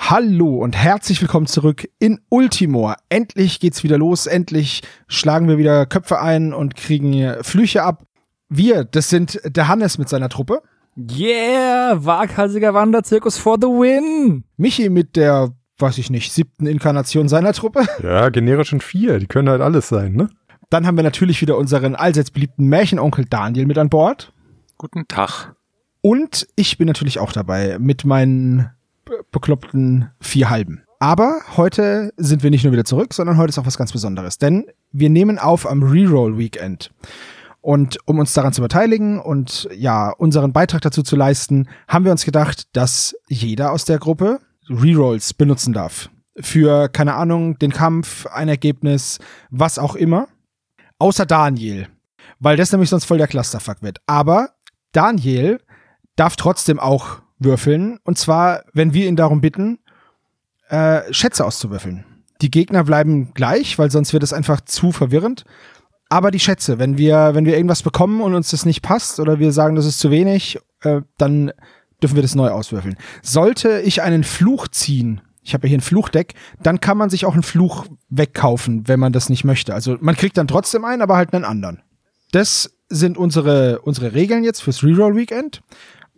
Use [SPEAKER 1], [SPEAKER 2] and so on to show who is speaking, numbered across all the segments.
[SPEAKER 1] Hallo und herzlich willkommen zurück in Ultimor. Endlich geht's wieder los, endlich schlagen wir wieder Köpfe ein und kriegen Flüche ab. Wir, das sind der Hannes mit seiner Truppe,
[SPEAKER 2] Yeah, waghalsiger Wanderzirkus for the win.
[SPEAKER 1] Michi mit der, weiß ich nicht, siebten Inkarnation seiner Truppe.
[SPEAKER 3] Ja, generisch und vier. Die können halt alles sein, ne?
[SPEAKER 1] Dann haben wir natürlich wieder unseren allseits beliebten Märchenonkel Daniel mit an Bord.
[SPEAKER 4] Guten Tag.
[SPEAKER 1] Und ich bin natürlich auch dabei mit meinen be- bekloppten vier Halben. Aber heute sind wir nicht nur wieder zurück, sondern heute ist auch was ganz Besonderes. Denn wir nehmen auf am Reroll Weekend. Und um uns daran zu beteiligen und ja, unseren Beitrag dazu zu leisten, haben wir uns gedacht, dass jeder aus der Gruppe Rerolls benutzen darf. Für, keine Ahnung, den Kampf, ein Ergebnis, was auch immer. Außer Daniel. Weil das nämlich sonst voll der Clusterfuck wird. Aber Daniel darf trotzdem auch würfeln. Und zwar, wenn wir ihn darum bitten, äh, Schätze auszuwürfeln. Die Gegner bleiben gleich, weil sonst wird es einfach zu verwirrend. Aber die Schätze, wenn wir, wenn wir irgendwas bekommen und uns das nicht passt oder wir sagen, das ist zu wenig, äh, dann dürfen wir das neu auswürfeln. Sollte ich einen Fluch ziehen, ich habe ja hier ein Fluchdeck, dann kann man sich auch einen Fluch wegkaufen, wenn man das nicht möchte. Also man kriegt dann trotzdem einen, aber halt einen anderen. Das sind unsere, unsere Regeln jetzt fürs Reroll Weekend.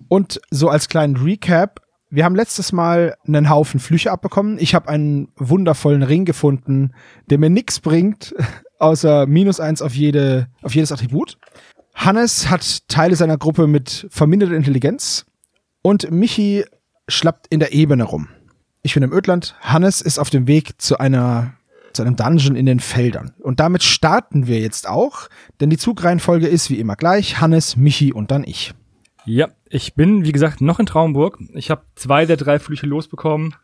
[SPEAKER 1] Und so als kleinen Recap, wir haben letztes Mal einen Haufen Flüche abbekommen. Ich habe einen wundervollen Ring gefunden, der mir nichts bringt, außer minus eins auf, jede, auf jedes Attribut. Hannes hat Teile seiner Gruppe mit verminderter Intelligenz und Michi schlappt in der Ebene rum. Ich bin im Ödland. Hannes ist auf dem Weg zu einer zu einem Dungeon in den Feldern. Und damit starten wir jetzt auch, denn die Zugreihenfolge ist wie immer gleich. Hannes, Michi und dann ich.
[SPEAKER 2] Ja, ich bin, wie gesagt, noch in Traumburg. Ich habe zwei der drei Flüche losbekommen,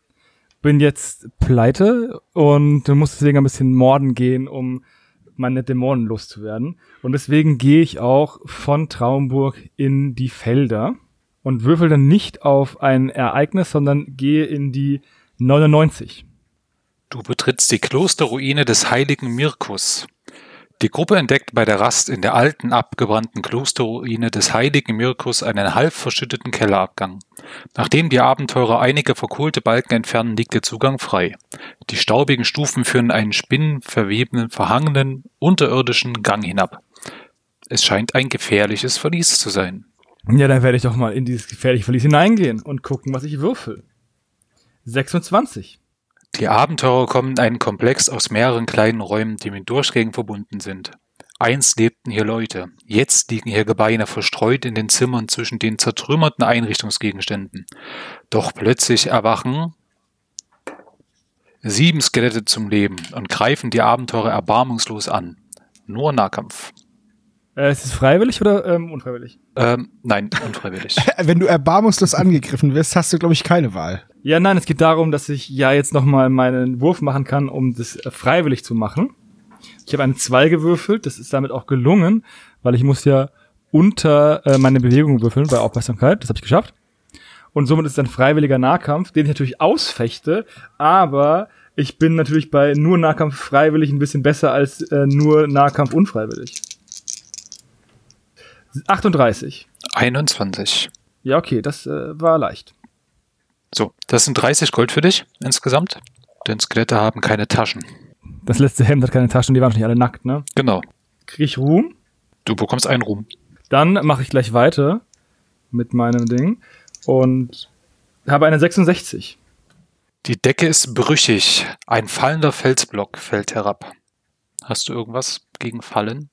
[SPEAKER 2] bin jetzt pleite und muss deswegen ein bisschen morden gehen, um meine Dämonen loszuwerden. Und deswegen gehe ich auch von Traumburg in die Felder und würfel dann nicht auf ein Ereignis, sondern gehe in die 99.
[SPEAKER 4] Du betrittst die Klosterruine des heiligen Mirkus. Die Gruppe entdeckt bei der Rast in der alten, abgebrannten Klosterruine des heiligen Mirkus einen halb verschütteten Kellerabgang. Nachdem die Abenteurer einige verkohlte Balken entfernen, liegt der Zugang frei. Die staubigen Stufen führen einen spinnenverwebenden, verhangenen, unterirdischen Gang hinab. Es scheint ein gefährliches Verlies zu sein.
[SPEAKER 2] Ja, dann werde ich doch mal in dieses gefährliche Verlies hineingehen und gucken, was ich würfel. 26.
[SPEAKER 4] Die Abenteurer kommen in einen Komplex aus mehreren kleinen Räumen, die mit Durchgängen verbunden sind. Einst lebten hier Leute, jetzt liegen hier Gebeine verstreut in den Zimmern zwischen den zertrümmerten Einrichtungsgegenständen. Doch plötzlich erwachen sieben Skelette zum Leben und greifen die Abenteurer erbarmungslos an. Nur Nahkampf.
[SPEAKER 2] Äh, ist es freiwillig oder ähm, unfreiwillig?
[SPEAKER 4] Ähm, nein, unfreiwillig.
[SPEAKER 1] Wenn du erbarmungslos angegriffen wirst, hast du, glaube ich, keine Wahl.
[SPEAKER 2] Ja, nein, es geht darum, dass ich ja jetzt nochmal meinen Wurf machen kann, um das äh, freiwillig zu machen. Ich habe eine 2 gewürfelt, das ist damit auch gelungen, weil ich muss ja unter äh, meine Bewegung würfeln bei Aufmerksamkeit, das habe ich geschafft. Und somit ist es ein freiwilliger Nahkampf, den ich natürlich ausfechte, aber ich bin natürlich bei nur Nahkampf freiwillig ein bisschen besser als äh, nur Nahkampf unfreiwillig. 38.
[SPEAKER 4] 21.
[SPEAKER 2] Ja, okay, das äh, war leicht.
[SPEAKER 4] So, das sind 30 Gold für dich insgesamt, denn Skelette haben keine Taschen.
[SPEAKER 2] Das letzte Hemd hat keine Taschen, die waren wahrscheinlich alle nackt, ne?
[SPEAKER 4] Genau.
[SPEAKER 2] Krieg ich Ruhm?
[SPEAKER 4] Du bekommst einen Ruhm.
[SPEAKER 2] Dann mache ich gleich weiter mit meinem Ding und habe eine 66.
[SPEAKER 4] Die Decke ist brüchig. Ein fallender Felsblock fällt herab. Hast du irgendwas gegen Fallen?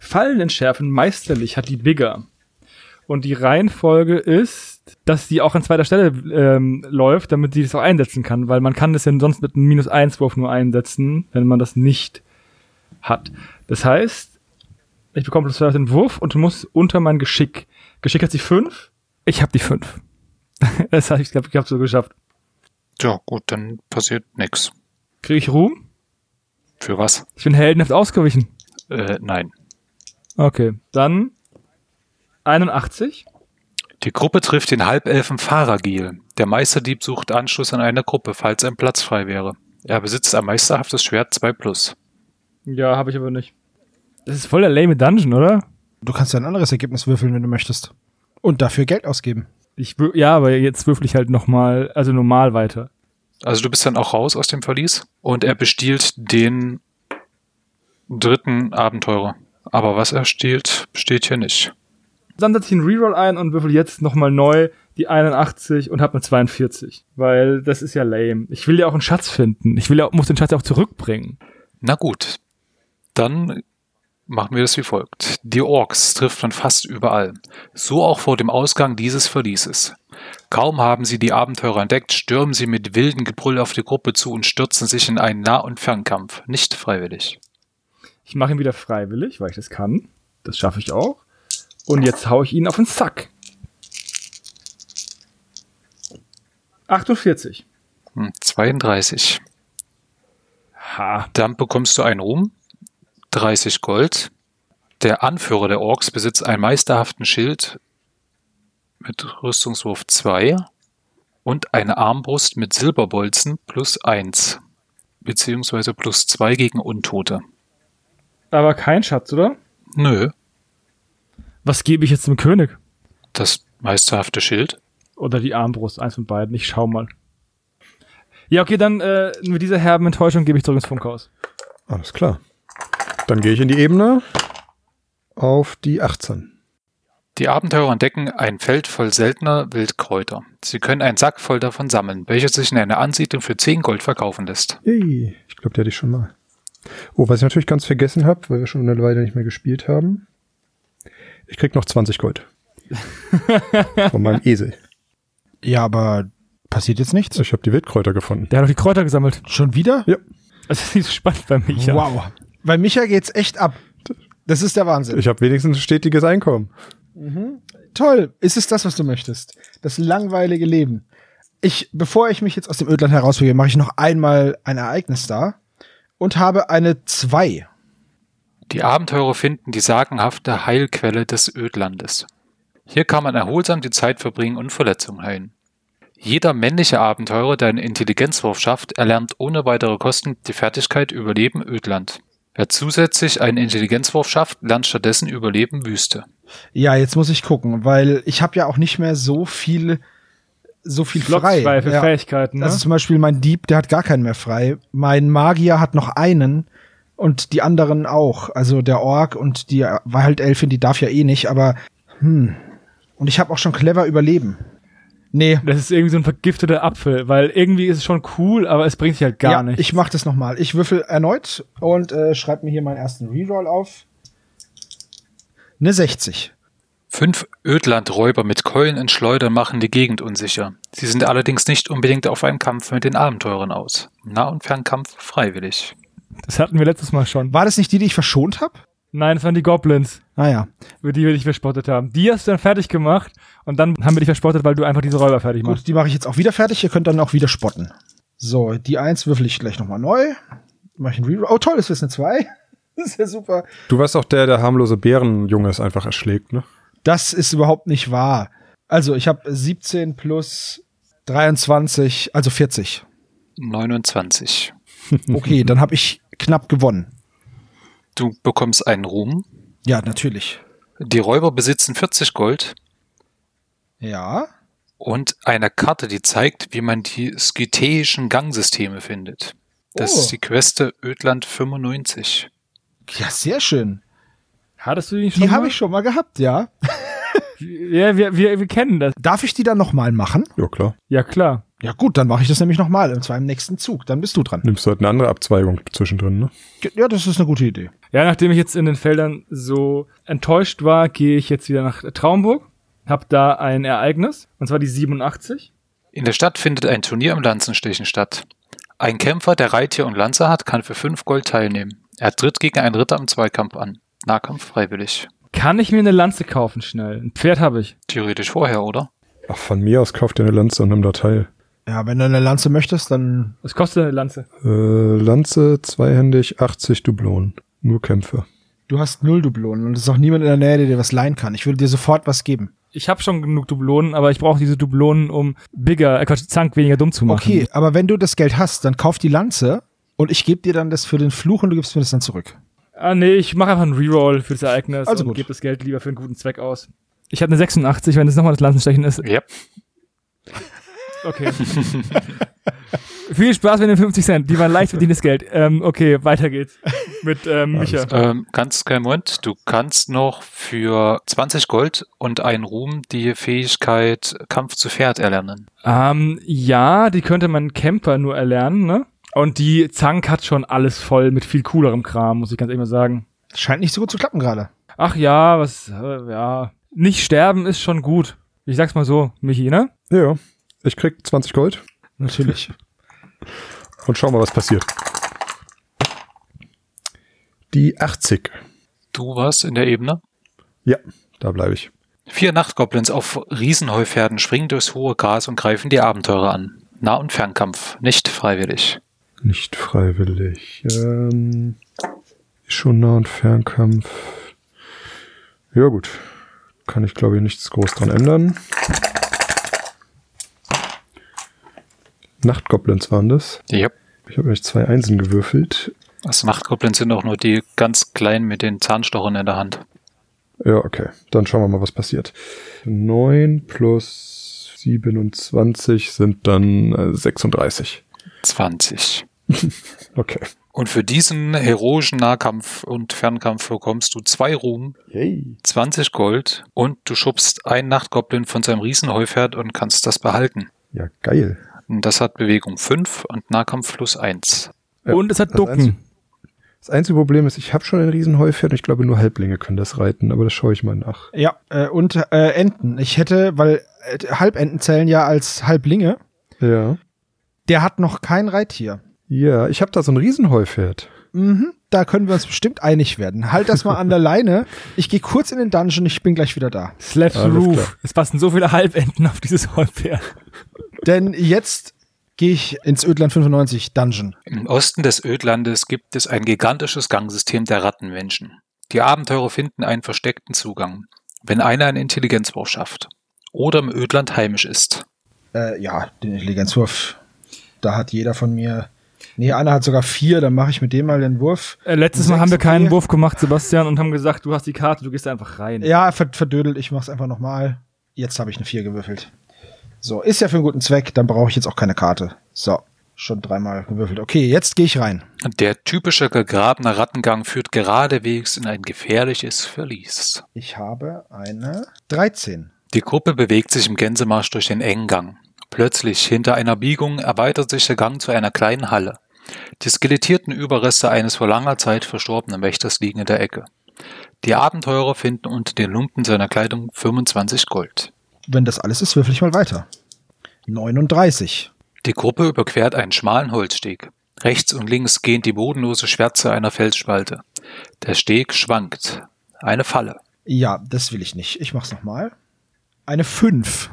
[SPEAKER 2] Fallen entschärfen meisterlich hat die Bigger. Und die Reihenfolge ist, dass sie auch an zweiter Stelle ähm, läuft, damit sie das auch einsetzen kann, weil man kann das ja sonst mit einem minus 1 Wurf nur einsetzen, wenn man das nicht hat. Das heißt, ich bekomme plus 2 auf den Wurf und muss unter mein Geschick. Geschick hat sie 5, ich habe die 5. das habe ich, glaube ich, habe so geschafft.
[SPEAKER 4] Tja, gut, dann passiert nichts.
[SPEAKER 2] Kriege ich Ruhm?
[SPEAKER 4] Für was?
[SPEAKER 2] Ich bin heldenhaft ausgewichen.
[SPEAKER 4] Äh, nein.
[SPEAKER 2] Okay, dann 81.
[SPEAKER 4] Die Gruppe trifft den Halbelfen Faragil. Der Meisterdieb sucht Anschluss an eine Gruppe, falls ein Platz frei wäre. Er besitzt ein meisterhaftes Schwert 2 Plus.
[SPEAKER 2] Ja, habe ich aber nicht. Das ist voll der lame Dungeon, oder?
[SPEAKER 1] Du kannst ja ein anderes Ergebnis würfeln, wenn du möchtest. Und dafür Geld ausgeben.
[SPEAKER 2] Ich, wür- ja, aber jetzt würfel ich halt nochmal, also normal weiter.
[SPEAKER 4] Also du bist dann auch raus aus dem Verlies und er bestiehlt den dritten Abenteurer. Aber was er stiehlt, steht hier nicht.
[SPEAKER 2] Dann setze ich einen Reroll ein und würfel jetzt nochmal neu die 81 und hab eine 42. Weil das ist ja lame. Ich will ja auch einen Schatz finden. Ich will ja, muss den Schatz ja auch zurückbringen.
[SPEAKER 4] Na gut, dann machen wir das wie folgt. Die Orks trifft man fast überall, so auch vor dem Ausgang dieses Verlieses. Kaum haben sie die Abenteurer entdeckt, stürmen sie mit wildem Gebrüll auf die Gruppe zu und stürzen sich in einen Nah- und Fernkampf, nicht freiwillig.
[SPEAKER 2] Ich mache ihn wieder freiwillig, weil ich das kann. Das schaffe ich auch. Und jetzt hau ich ihn auf den Sack. 48.
[SPEAKER 4] Hm, 32.
[SPEAKER 2] Ha.
[SPEAKER 4] Dann bekommst du einen Ruhm, 30 Gold. Der Anführer der Orks besitzt einen meisterhaften Schild mit Rüstungswurf 2 und eine Armbrust mit Silberbolzen plus 1 beziehungsweise plus 2 gegen Untote.
[SPEAKER 2] Aber kein Schatz, oder?
[SPEAKER 4] Nö,
[SPEAKER 2] Was gebe ich jetzt dem König?
[SPEAKER 4] das meisterhafte Schild.
[SPEAKER 2] Oder die Armbrust, eins von beiden. Ich schau mal. Ja, okay, dann äh, mit dieser herben Enttäuschung gebe ich zurück ins Funkhaus.
[SPEAKER 3] Alles klar. Dann gehe ich in die Ebene auf die 18.
[SPEAKER 4] Die Abenteurer entdecken ein Feld voll seltener Wildkräuter. Sie können einen Sack voll davon sammeln, welcher sich in einer Ansiedlung für 10 Gold verkaufen lässt.
[SPEAKER 3] Ey, ich glaube, der hatte ich schon mal. Oh, was ich natürlich ganz vergessen habe, weil wir schon eine Weile nicht mehr gespielt haben. Ich krieg noch 20 Gold. Von meinem Esel.
[SPEAKER 1] Ja, aber passiert jetzt nichts.
[SPEAKER 3] Ich habe die Wildkräuter gefunden.
[SPEAKER 2] Der hat doch die Kräuter gesammelt.
[SPEAKER 1] Äh, Schon wieder?
[SPEAKER 2] Das ist nicht so spannend bei Micha.
[SPEAKER 1] Wow. Bei Micha geht's echt ab. Das ist der Wahnsinn.
[SPEAKER 3] Ich habe wenigstens ein stetiges Einkommen.
[SPEAKER 1] Toll. Ist es das, was du möchtest? Das langweilige Leben. Ich, bevor ich mich jetzt aus dem Ödland herausbewege, mache ich noch einmal ein Ereignis da und habe eine 2.
[SPEAKER 4] Die Abenteurer finden die sagenhafte Heilquelle des Ödlandes. Hier kann man erholsam die Zeit verbringen und Verletzungen heilen. Jeder männliche Abenteurer, der einen Intelligenzwurf schafft, erlernt ohne weitere Kosten die Fertigkeit Überleben Ödland. Wer zusätzlich einen Intelligenzwurf schafft, lernt stattdessen Überleben Wüste.
[SPEAKER 1] Ja, jetzt muss ich gucken, weil ich habe ja auch nicht mehr so viel, so viel frei.
[SPEAKER 2] Slotschweife,
[SPEAKER 1] ja.
[SPEAKER 2] Fähigkeiten. Ne?
[SPEAKER 1] Also zum Beispiel mein Dieb, der hat gar keinen mehr frei. Mein Magier hat noch einen und die anderen auch. Also der Ork und die Waldelfin, die darf ja eh nicht, aber hm. Und ich habe auch schon clever überleben. Nee,
[SPEAKER 2] das ist irgendwie so ein vergifteter Apfel, weil irgendwie ist es schon cool, aber es bringt sich halt gar
[SPEAKER 1] ja,
[SPEAKER 2] nichts.
[SPEAKER 1] ich mach das nochmal. Ich würfel erneut und äh, schreib mir hier meinen ersten Reroll auf. Eine 60.
[SPEAKER 4] Fünf Ödlandräuber mit Keulen und Schleudern machen die Gegend unsicher. Sie sind allerdings nicht unbedingt auf einen Kampf mit den Abenteurern aus. Nah- und Fernkampf freiwillig.
[SPEAKER 2] das hatten wir letztes Mal schon.
[SPEAKER 1] War das nicht die, die ich verschont habe?
[SPEAKER 2] Nein, das waren die Goblins,
[SPEAKER 1] Naja.
[SPEAKER 2] über die wir dich verspottet haben. Die hast du dann fertig gemacht und dann haben wir dich verspottet, weil du einfach diese Räuber fertig machst.
[SPEAKER 1] Gut, die mache ich jetzt auch wieder fertig. Ihr könnt dann auch wieder spotten. So, die 1 würfel ich gleich nochmal neu. Mach ich einen Reroll. Oh, toll, es ist eine 2. Das ist ja super.
[SPEAKER 3] Du warst auch der, der harmlose Bärenjunge es einfach erschlägt, ne?
[SPEAKER 1] Das ist überhaupt nicht wahr. Also, ich habe 17 plus 23, also 40.
[SPEAKER 4] 29.
[SPEAKER 1] Okay, dann habe ich knapp gewonnen.
[SPEAKER 4] Du bekommst einen Ruhm,
[SPEAKER 1] Ja, natürlich.
[SPEAKER 4] Die Räuber besitzen 40 Gold
[SPEAKER 1] Ja.
[SPEAKER 4] und eine Karte, die zeigt, wie man die skytäischen Gangsysteme findet. Das
[SPEAKER 1] Oh.
[SPEAKER 4] ist die Queste Ödland 95.
[SPEAKER 1] Ja, sehr schön.
[SPEAKER 2] Hattest du die schon
[SPEAKER 1] Die
[SPEAKER 2] mal?
[SPEAKER 1] habe ich schon mal gehabt, ja.
[SPEAKER 2] Ja, wir, wir, wir kennen das.
[SPEAKER 1] Darf ich die dann nochmal machen?
[SPEAKER 3] Ja, klar.
[SPEAKER 2] Ja, klar.
[SPEAKER 1] Ja gut, dann mache ich das nämlich nochmal, und zwar im nächsten Zug. Dann bist du dran.
[SPEAKER 3] Nimmst du halt eine andere Abzweigung zwischendrin, ne?
[SPEAKER 1] Ja, das ist eine gute Idee.
[SPEAKER 2] Ja, nachdem ich jetzt in den Feldern so enttäuscht war, gehe ich jetzt wieder nach Traumburg. Hab da ein Ereignis, und zwar die 87.
[SPEAKER 4] In der Stadt findet ein Turnier im Lanzenstechen statt. Ein Kämpfer, der Reittier und Lanze hat, kann für 5 Gold teilnehmen. Er tritt gegen einen Ritter im Zweikampf an. Nahkampf freiwillig.
[SPEAKER 2] Kann ich mir eine Lanze kaufen schnell? Ein Pferd habe ich.
[SPEAKER 4] Theoretisch vorher, oder?
[SPEAKER 3] Ach, von mir aus kauft dir eine Lanze und nimm da teil.
[SPEAKER 1] Ja, wenn du eine Lanze möchtest, dann
[SPEAKER 2] Was kostet eine Lanze?
[SPEAKER 3] Äh, Lanze, zweihändig, 80 Dublonen. Nur Kämpfe.
[SPEAKER 1] du hast null Dublonen und es ist auch niemand in der Nähe, der dir was leihen kann. Ich würde dir sofort was geben.
[SPEAKER 2] Ich habe schon genug Dublonen, aber ich brauche diese Dublonen, um bigger, äh, Quatsch, Zank weniger dumm zu machen.
[SPEAKER 1] Okay, aber wenn du das Geld hast, dann kauf die Lanze und ich gebe dir dann das für den Fluch und du gibst mir das dann zurück.
[SPEAKER 2] Ah, nee, ich mache einfach einen Reroll für das Ereignis
[SPEAKER 1] Also
[SPEAKER 2] und
[SPEAKER 1] gut.
[SPEAKER 2] gebe das Geld lieber für einen guten Zweck aus. Ich habe eine 86, wenn es nochmal das Lanzenstechen ist.
[SPEAKER 4] Ja.
[SPEAKER 2] Okay. Viel Spaß mit den 50 Cent. Die waren leicht verdientes Geld. Ähm, okay, weiter geht's mit ähm,
[SPEAKER 3] Alles
[SPEAKER 2] Micha.
[SPEAKER 4] Ähm, ganz kein Moment. Du kannst noch für 20 Gold und einen Ruhm die Fähigkeit Kampf zu Pferd erlernen.
[SPEAKER 2] Ähm, ja, die könnte man Camper nur erlernen, ne? Und die Zank hat schon alles voll mit viel coolerem Kram, muss ich ganz ehrlich mal sagen.
[SPEAKER 1] Scheint nicht so gut zu klappen gerade.
[SPEAKER 2] Ach ja, was, äh, ja. Nicht sterben ist schon gut. Ich sag's mal so, Michi, ne?
[SPEAKER 3] Ja, ich krieg 20 Gold
[SPEAKER 1] Natürlich.
[SPEAKER 3] und schau mal, was passiert. Die 80.
[SPEAKER 4] Du warst in der Ebene.
[SPEAKER 3] Ja, da bleibe ich.
[SPEAKER 4] Vier Nachtgoblins auf Riesenheupferden springen durchs hohe Gras und greifen die Abenteurer an. Nah- und Fernkampf, nicht freiwillig.
[SPEAKER 3] Nicht freiwillig. Ähm, schon Nah- und Fernkampf. Ja gut, kann ich glaube ich nichts groß dran ändern. Nachtgoblins waren das.
[SPEAKER 4] Ja.
[SPEAKER 3] Ich habe nämlich zwei Einsen gewürfelt.
[SPEAKER 4] Also Nachtgoblins sind auch nur die ganz kleinen mit den Zahnstochern in der Hand.
[SPEAKER 3] Ja, okay. Dann schauen wir mal, was passiert. 9 plus 27 sind dann äh, 36.
[SPEAKER 4] 20.
[SPEAKER 3] Okay.
[SPEAKER 4] Und für diesen heroischen Nahkampf und Fernkampf bekommst du zwei Ruhm,
[SPEAKER 3] Yay.
[SPEAKER 4] 20 Gold und du schubst einen Nachtgoblin von seinem Riesenheupferd und kannst das behalten.
[SPEAKER 3] Ja, geil.
[SPEAKER 4] Und das hat Bewegung 5 und Nahkampf plus 1.
[SPEAKER 3] Ja,
[SPEAKER 2] Und es hat
[SPEAKER 3] also eins-
[SPEAKER 2] Ducken.
[SPEAKER 3] Das einzige Problem ist, ich habe schon ein Riesenheupferd und ich glaube, nur Halblinge können das reiten, aber das schaue ich mal nach.
[SPEAKER 1] Ja, äh, und äh, Enten. Ich hätte, weil äh, Halbenten zählen ja als Halblinge.
[SPEAKER 3] Ja.
[SPEAKER 1] Der hat noch kein Reittier.
[SPEAKER 3] Ja, ich habe da so ein Riesenheupferd.
[SPEAKER 1] Mhm, da können wir uns bestimmt einig werden. Halt das mal an der Leine. Ich gehe kurz in den Dungeon, ich bin gleich wieder da.
[SPEAKER 2] Slaps
[SPEAKER 3] Alles
[SPEAKER 2] Roof.
[SPEAKER 3] klar.
[SPEAKER 2] Es passen so viele Halbenten auf dieses Holzpferd.
[SPEAKER 1] Denn jetzt gehe ich ins Ödland 95 Dungeon.
[SPEAKER 4] Im Osten des Ödlandes gibt es ein gigantisches Gangsystem der Rattenmenschen. Die Abenteurer finden einen versteckten Zugang, wenn einer einen Intelligenzwurf schafft oder im Ödland heimisch ist.
[SPEAKER 1] Äh, ja, den Intelligenzwurf. Da hat jeder von mir. Nee, einer hat sogar vier, dann mache ich mit dem mal den Wurf.
[SPEAKER 2] Äh, letztes Mal
[SPEAKER 1] Sechs,
[SPEAKER 2] haben wir keinen
[SPEAKER 1] okay.
[SPEAKER 2] Wurf gemacht, Sebastian, und haben gesagt, du hast die Karte, du gehst da einfach rein.
[SPEAKER 1] Ja, ver- verdödelt, ich mach's einfach nochmal. Jetzt habe ich eine vier gewürfelt. So, ist ja für einen guten Zweck, dann brauche ich jetzt auch keine Karte. So, schon dreimal gewürfelt. Okay, jetzt gehe ich rein.
[SPEAKER 4] Der typische gegrabene Rattengang führt geradewegs in ein gefährliches Verlies.
[SPEAKER 1] Ich habe eine 13.
[SPEAKER 4] Die Gruppe bewegt sich im Gänsemarsch durch den engen Gang. Plötzlich, hinter einer Biegung, erweitert sich der Gang zu einer kleinen Halle. Die skelettierten Überreste eines vor langer Zeit verstorbenen Wächters liegen in der Ecke. Die Abenteurer finden unter den Lumpen seiner Kleidung 25 Gold.
[SPEAKER 1] Wenn das alles ist, würfel ich mal weiter. 39.
[SPEAKER 4] Die Gruppe überquert einen schmalen Holzsteg. Rechts und links gehen die bodenlose Schwärze einer Felsspalte. Der Steg schwankt. Eine Falle.
[SPEAKER 1] Ja, das will ich nicht. Ich mach's nochmal. Eine 5.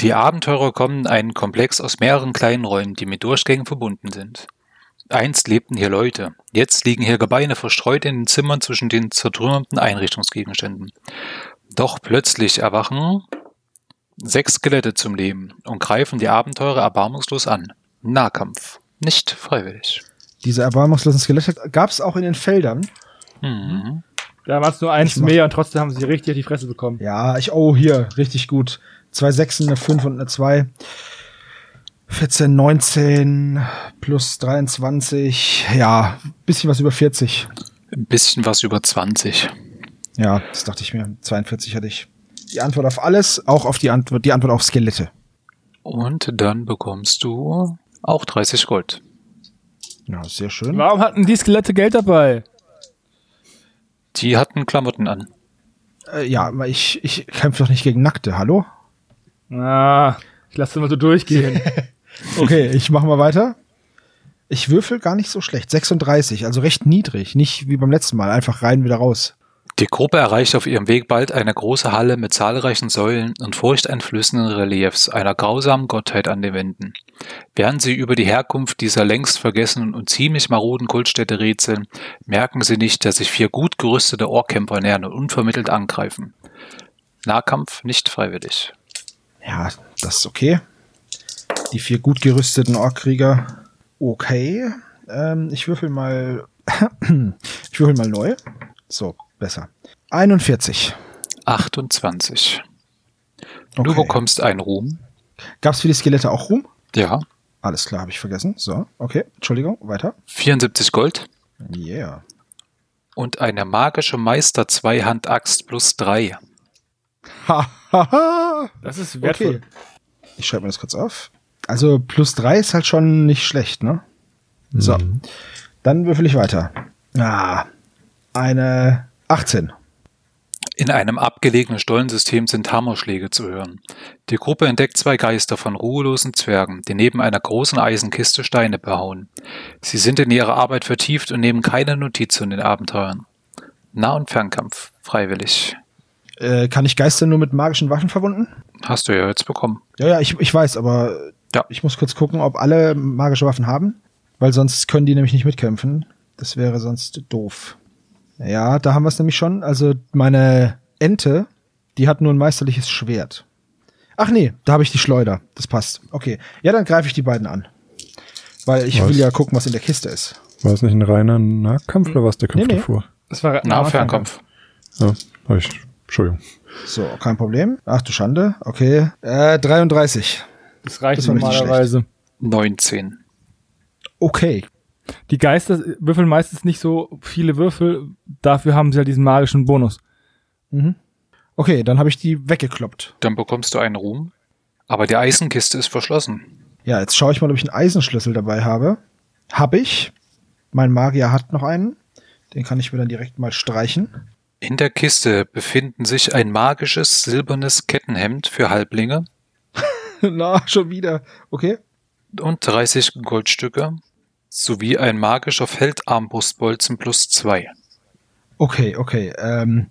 [SPEAKER 4] Die Abenteurer kommen in einen Komplex aus mehreren kleinen Räumen, die mit Durchgängen verbunden sind. Einst lebten hier Leute, jetzt liegen hier Gebeine verstreut in den Zimmern zwischen den zertrümmerten Einrichtungsgegenständen. Doch plötzlich erwachen sechs Skelette zum Leben und greifen die Abenteurer erbarmungslos an. Nahkampf, nicht freiwillig.
[SPEAKER 1] Diese erbarmungslosen Skelette gab's auch in den Feldern.
[SPEAKER 4] Mhm.
[SPEAKER 2] Da war es nur eins
[SPEAKER 1] Ich mach-
[SPEAKER 2] mehr und trotzdem haben sie richtig auf die Fresse bekommen.
[SPEAKER 1] Ja, ich, oh, hier, richtig gut. Zwei Sechsen, eine 5 und eine 2. 14, 19 plus 23. Ja, bisschen was über 40.
[SPEAKER 4] Ein bisschen was über 20.
[SPEAKER 1] Ja, das dachte ich mir. 42 hatte ich. Die Antwort auf alles, auch auf die Antwort, die Antwort auf Skelette.
[SPEAKER 4] Und dann bekommst du auch 30 Gold.
[SPEAKER 1] Ja, sehr schön.
[SPEAKER 2] Warum hatten die Skelette Geld dabei?
[SPEAKER 4] Die hatten Klamotten an.
[SPEAKER 1] Äh, ja, aber ich, ich kämpfe doch nicht gegen Nackte, hallo?
[SPEAKER 2] Ah, ich lasse das mal so durchgehen.
[SPEAKER 1] Okay, ich mach mal weiter. Ich würfel gar nicht so schlecht. 36, also recht niedrig. Nicht wie beim letzten Mal, einfach rein, wieder raus.
[SPEAKER 4] Die Gruppe erreicht auf ihrem Weg bald eine große Halle mit zahlreichen Säulen und furchteinflößenden Reliefs einer grausamen Gottheit an den Wänden. Während sie über die Herkunft dieser längst vergessenen und ziemlich maroden Kultstätte rätseln, merken sie nicht, dass sich vier gut gerüstete Orkämpfer nähern und unvermittelt angreifen. Nahkampf nicht freiwillig.
[SPEAKER 1] Ja, das ist okay. Die vier gut gerüsteten Orkkrieger. Okay. Ähm, ich würfel mal. ich würfel mal neu. So, besser. 41.
[SPEAKER 4] 28. Du
[SPEAKER 1] Okay.
[SPEAKER 4] bekommst einen Ruhm.
[SPEAKER 1] Gab es für die Skelette auch Ruhm?
[SPEAKER 4] Ja.
[SPEAKER 1] Alles klar, habe ich vergessen. So, okay. Entschuldigung, weiter.
[SPEAKER 4] 74 Gold
[SPEAKER 1] Yeah.
[SPEAKER 4] und eine magische Meister Zweihandaxt plus 3.
[SPEAKER 1] Ha, ha, ha.
[SPEAKER 2] Das ist
[SPEAKER 1] Okay.
[SPEAKER 2] wertvoll.
[SPEAKER 1] Ich schreibe mir das kurz auf. Also plus drei ist halt schon nicht schlecht, ne? So.
[SPEAKER 4] Mhm.
[SPEAKER 1] Dann würfel ich weiter. Ah, eine 18.
[SPEAKER 4] In einem abgelegenen Stollensystem sind Hammerschläge zu hören. Die Gruppe entdeckt zwei Geister von ruhelosen Zwergen, die neben einer großen Eisenkiste Steine behauen. Sie sind in ihre Arbeit vertieft und nehmen keine Notiz von den Abenteuern. Nah- und Fernkampf, freiwillig.
[SPEAKER 1] Äh, kann ich Geister nur mit magischen Waffen verwunden?
[SPEAKER 4] Hast du ja jetzt bekommen.
[SPEAKER 1] Ja, ja, ich, ich weiß, aber
[SPEAKER 4] Ja.
[SPEAKER 1] ich muss kurz gucken, ob alle magische Waffen haben, weil sonst können die nämlich nicht mitkämpfen. Das wäre sonst doof. Ja, da haben wir es nämlich schon. Also meine Ente, die hat nur ein meisterliches Schwert. Ach nee, da habe ich die Schleuder. Das passt. Okay. Ja, dann greife ich die beiden an. Weil ich
[SPEAKER 3] Was?
[SPEAKER 1] will ja gucken, was in der Kiste ist.
[SPEAKER 3] War es nicht ein reiner Nahkampf oder war es der Kampf
[SPEAKER 1] Nee, nee.
[SPEAKER 3] davor?
[SPEAKER 2] Das war
[SPEAKER 4] Nah- und Fernkampf.
[SPEAKER 3] Ja, hab ich. Entschuldigung.
[SPEAKER 1] So, kein Problem. Ach du Schande. Okay. Äh, 33.
[SPEAKER 2] Das reicht
[SPEAKER 1] Das war richtig
[SPEAKER 2] normalerweise.
[SPEAKER 4] 19.
[SPEAKER 1] Okay.
[SPEAKER 2] Die Geister würfeln meistens nicht so viele Würfel, dafür haben sie halt diesen magischen Bonus.
[SPEAKER 1] Okay, dann habe ich die weggekloppt.
[SPEAKER 4] Dann bekommst du einen Ruhm. Aber die Eisenkiste ist verschlossen.
[SPEAKER 1] Ja, jetzt schaue ich mal, ob ich einen Eisenschlüssel dabei habe. Habe ich. Mein Magier hat noch einen. Den kann ich mir dann direkt mal streichen.
[SPEAKER 4] In der Kiste befinden sich ein magisches silbernes Kettenhemd für Halblinge
[SPEAKER 1] Na, schon wieder. Okay.
[SPEAKER 4] und 30 Goldstücke sowie ein magischer Feldarmbrustbolzen plus 2.
[SPEAKER 1] Okay, okay. Ähm,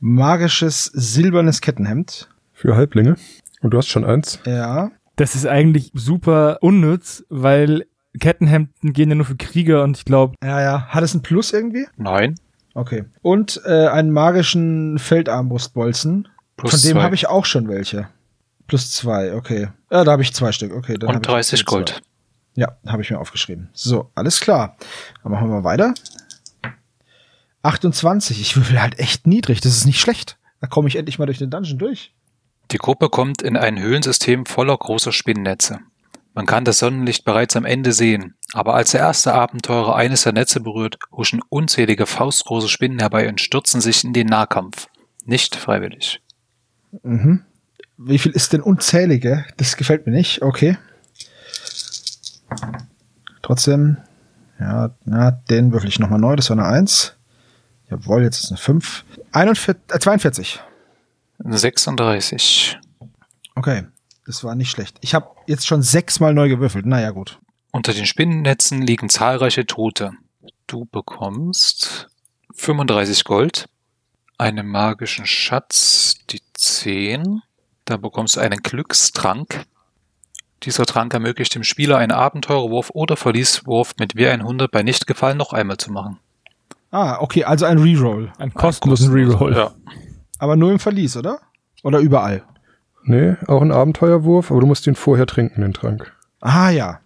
[SPEAKER 1] magisches silbernes Kettenhemd.
[SPEAKER 3] Für Halblinge. Und du hast schon eins.
[SPEAKER 1] Ja.
[SPEAKER 2] Das ist eigentlich super unnütz, weil Kettenhemden gehen ja nur für Krieger und ich glaube,
[SPEAKER 1] Ja, ja. Hat es ein Plus irgendwie?
[SPEAKER 4] Nein,
[SPEAKER 1] Okay. Und äh, einen magischen Feldarmbrustbolzen.
[SPEAKER 4] Plus
[SPEAKER 1] Von dem
[SPEAKER 4] zwei.
[SPEAKER 1] habe ich auch schon welche. Plus zwei, okay. Ja, da habe ich zwei Stück. Okay, dann habe
[SPEAKER 4] und
[SPEAKER 1] ich
[SPEAKER 4] 30
[SPEAKER 1] zwei.
[SPEAKER 4] Gold.
[SPEAKER 1] Ja, habe ich mir aufgeschrieben. So, alles klar. Dann machen wir mal weiter. 28. Ich würfel halt echt niedrig. Das ist nicht schlecht. Da komme ich endlich mal durch den Dungeon durch.
[SPEAKER 4] Die Gruppe kommt in ein Höhlensystem voller großer Spinnennetze. Man kann das Sonnenlicht bereits am Ende sehen, aber als der erste Abenteurer eines der Netze berührt, huschen unzählige faustgroße Spinnen herbei und stürzen sich in den Nahkampf. Nicht freiwillig.
[SPEAKER 1] Mhm. Wie viel ist denn unzählige? Das gefällt mir nicht. Okay. Trotzdem. Ja, na, den würfel ich nochmal neu. Das war eine 1. Jawohl, jetzt ist eine 5. 41, äh, 42.
[SPEAKER 4] 36.
[SPEAKER 1] Okay. Das war nicht schlecht. Ich habe jetzt schon sechsmal neu gewürfelt. Naja, gut.
[SPEAKER 4] Unter den Spinnennetzen liegen zahlreiche Tote. Du bekommst 35 Gold, einen magischen Schatz, die 10. Da bekommst du einen Glückstrank. Dieser Trank ermöglicht dem Spieler einen Abenteurerwurf oder Verlieswurf mit W100 bei Nichtgefallen noch einmal zu machen.
[SPEAKER 1] Ah, okay, also ein Reroll.
[SPEAKER 2] einen kostenlosen Reroll.
[SPEAKER 4] Ja.
[SPEAKER 1] Aber nur im Verlies, oder? Oder überall?
[SPEAKER 3] Nee, auch ein Abenteuerwurf, aber du musst den vorher trinken, den Trank.
[SPEAKER 1] Ah ja.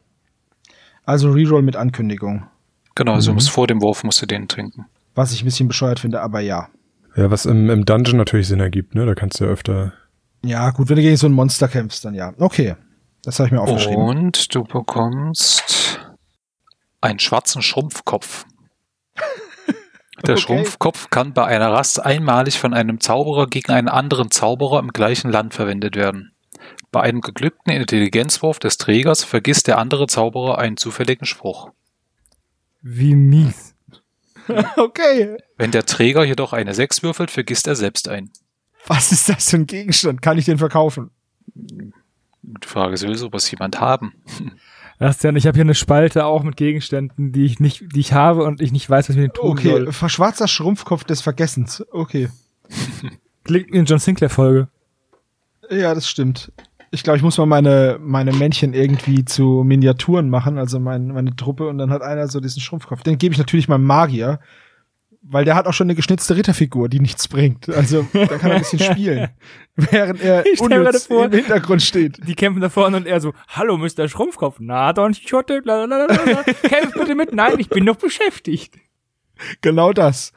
[SPEAKER 1] Also Reroll mit Ankündigung.
[SPEAKER 4] Genau, also musst vor dem Wurf musst du den trinken.
[SPEAKER 1] Was ich ein bisschen bescheuert finde, aber ja.
[SPEAKER 3] Ja, was im, im Dungeon natürlich Sinn ergibt, ne? Da kannst du ja öfter.
[SPEAKER 1] Ja, gut, wenn du gegen so ein Monster kämpfst, dann ja. Okay. Das habe ich mir aufgeschrieben.
[SPEAKER 4] Und du bekommst einen schwarzen Schrumpfkopf. Der
[SPEAKER 1] Okay.
[SPEAKER 4] Schrumpfkopf kann bei einer Rast einmalig von einem Zauberer gegen einen anderen Zauberer im gleichen Land verwendet werden. Bei einem geglückten Intelligenzwurf des Trägers vergisst der andere Zauberer einen zufälligen Spruch.
[SPEAKER 2] Wie mies.
[SPEAKER 1] Okay.
[SPEAKER 4] Wenn der Träger jedoch eine 6 würfelt, vergisst er selbst einen.
[SPEAKER 1] Was ist das für ein Gegenstand? Kann ich den verkaufen?
[SPEAKER 4] Die Frage ist, will sowas jemand haben?
[SPEAKER 2] Bastian, ich habe hier eine Spalte auch mit Gegenständen, die ich nicht, die ich habe und ich nicht weiß, was ich mit denen tun okay.
[SPEAKER 1] Okay,
[SPEAKER 2] soll.
[SPEAKER 1] ver- schwarzer Schrumpfkopf des Vergessens. Okay.
[SPEAKER 2] Klingt in John Sinclair Folge.
[SPEAKER 1] Ja, das stimmt. Ich glaube, ich muss mal meine, meine Männchen irgendwie zu Miniaturen machen, also mein, meine Truppe, und dann hat einer so diesen Schrumpfkopf. Den gebe ich natürlich meinem Magier, weil der hat auch schon eine geschnitzte Ritterfigur, die nichts bringt. Also da kann er ein bisschen spielen, während er
[SPEAKER 2] Ich stell mir
[SPEAKER 1] unnütz
[SPEAKER 2] gerade vor-
[SPEAKER 1] im Hintergrund steht.
[SPEAKER 2] Die kämpfen da vorne und er so, hallo Mr. Schrumpfkopf, na Don Schotte, blablabla, kämpf bitte mit, nein, ich bin noch beschäftigt.
[SPEAKER 1] Genau das.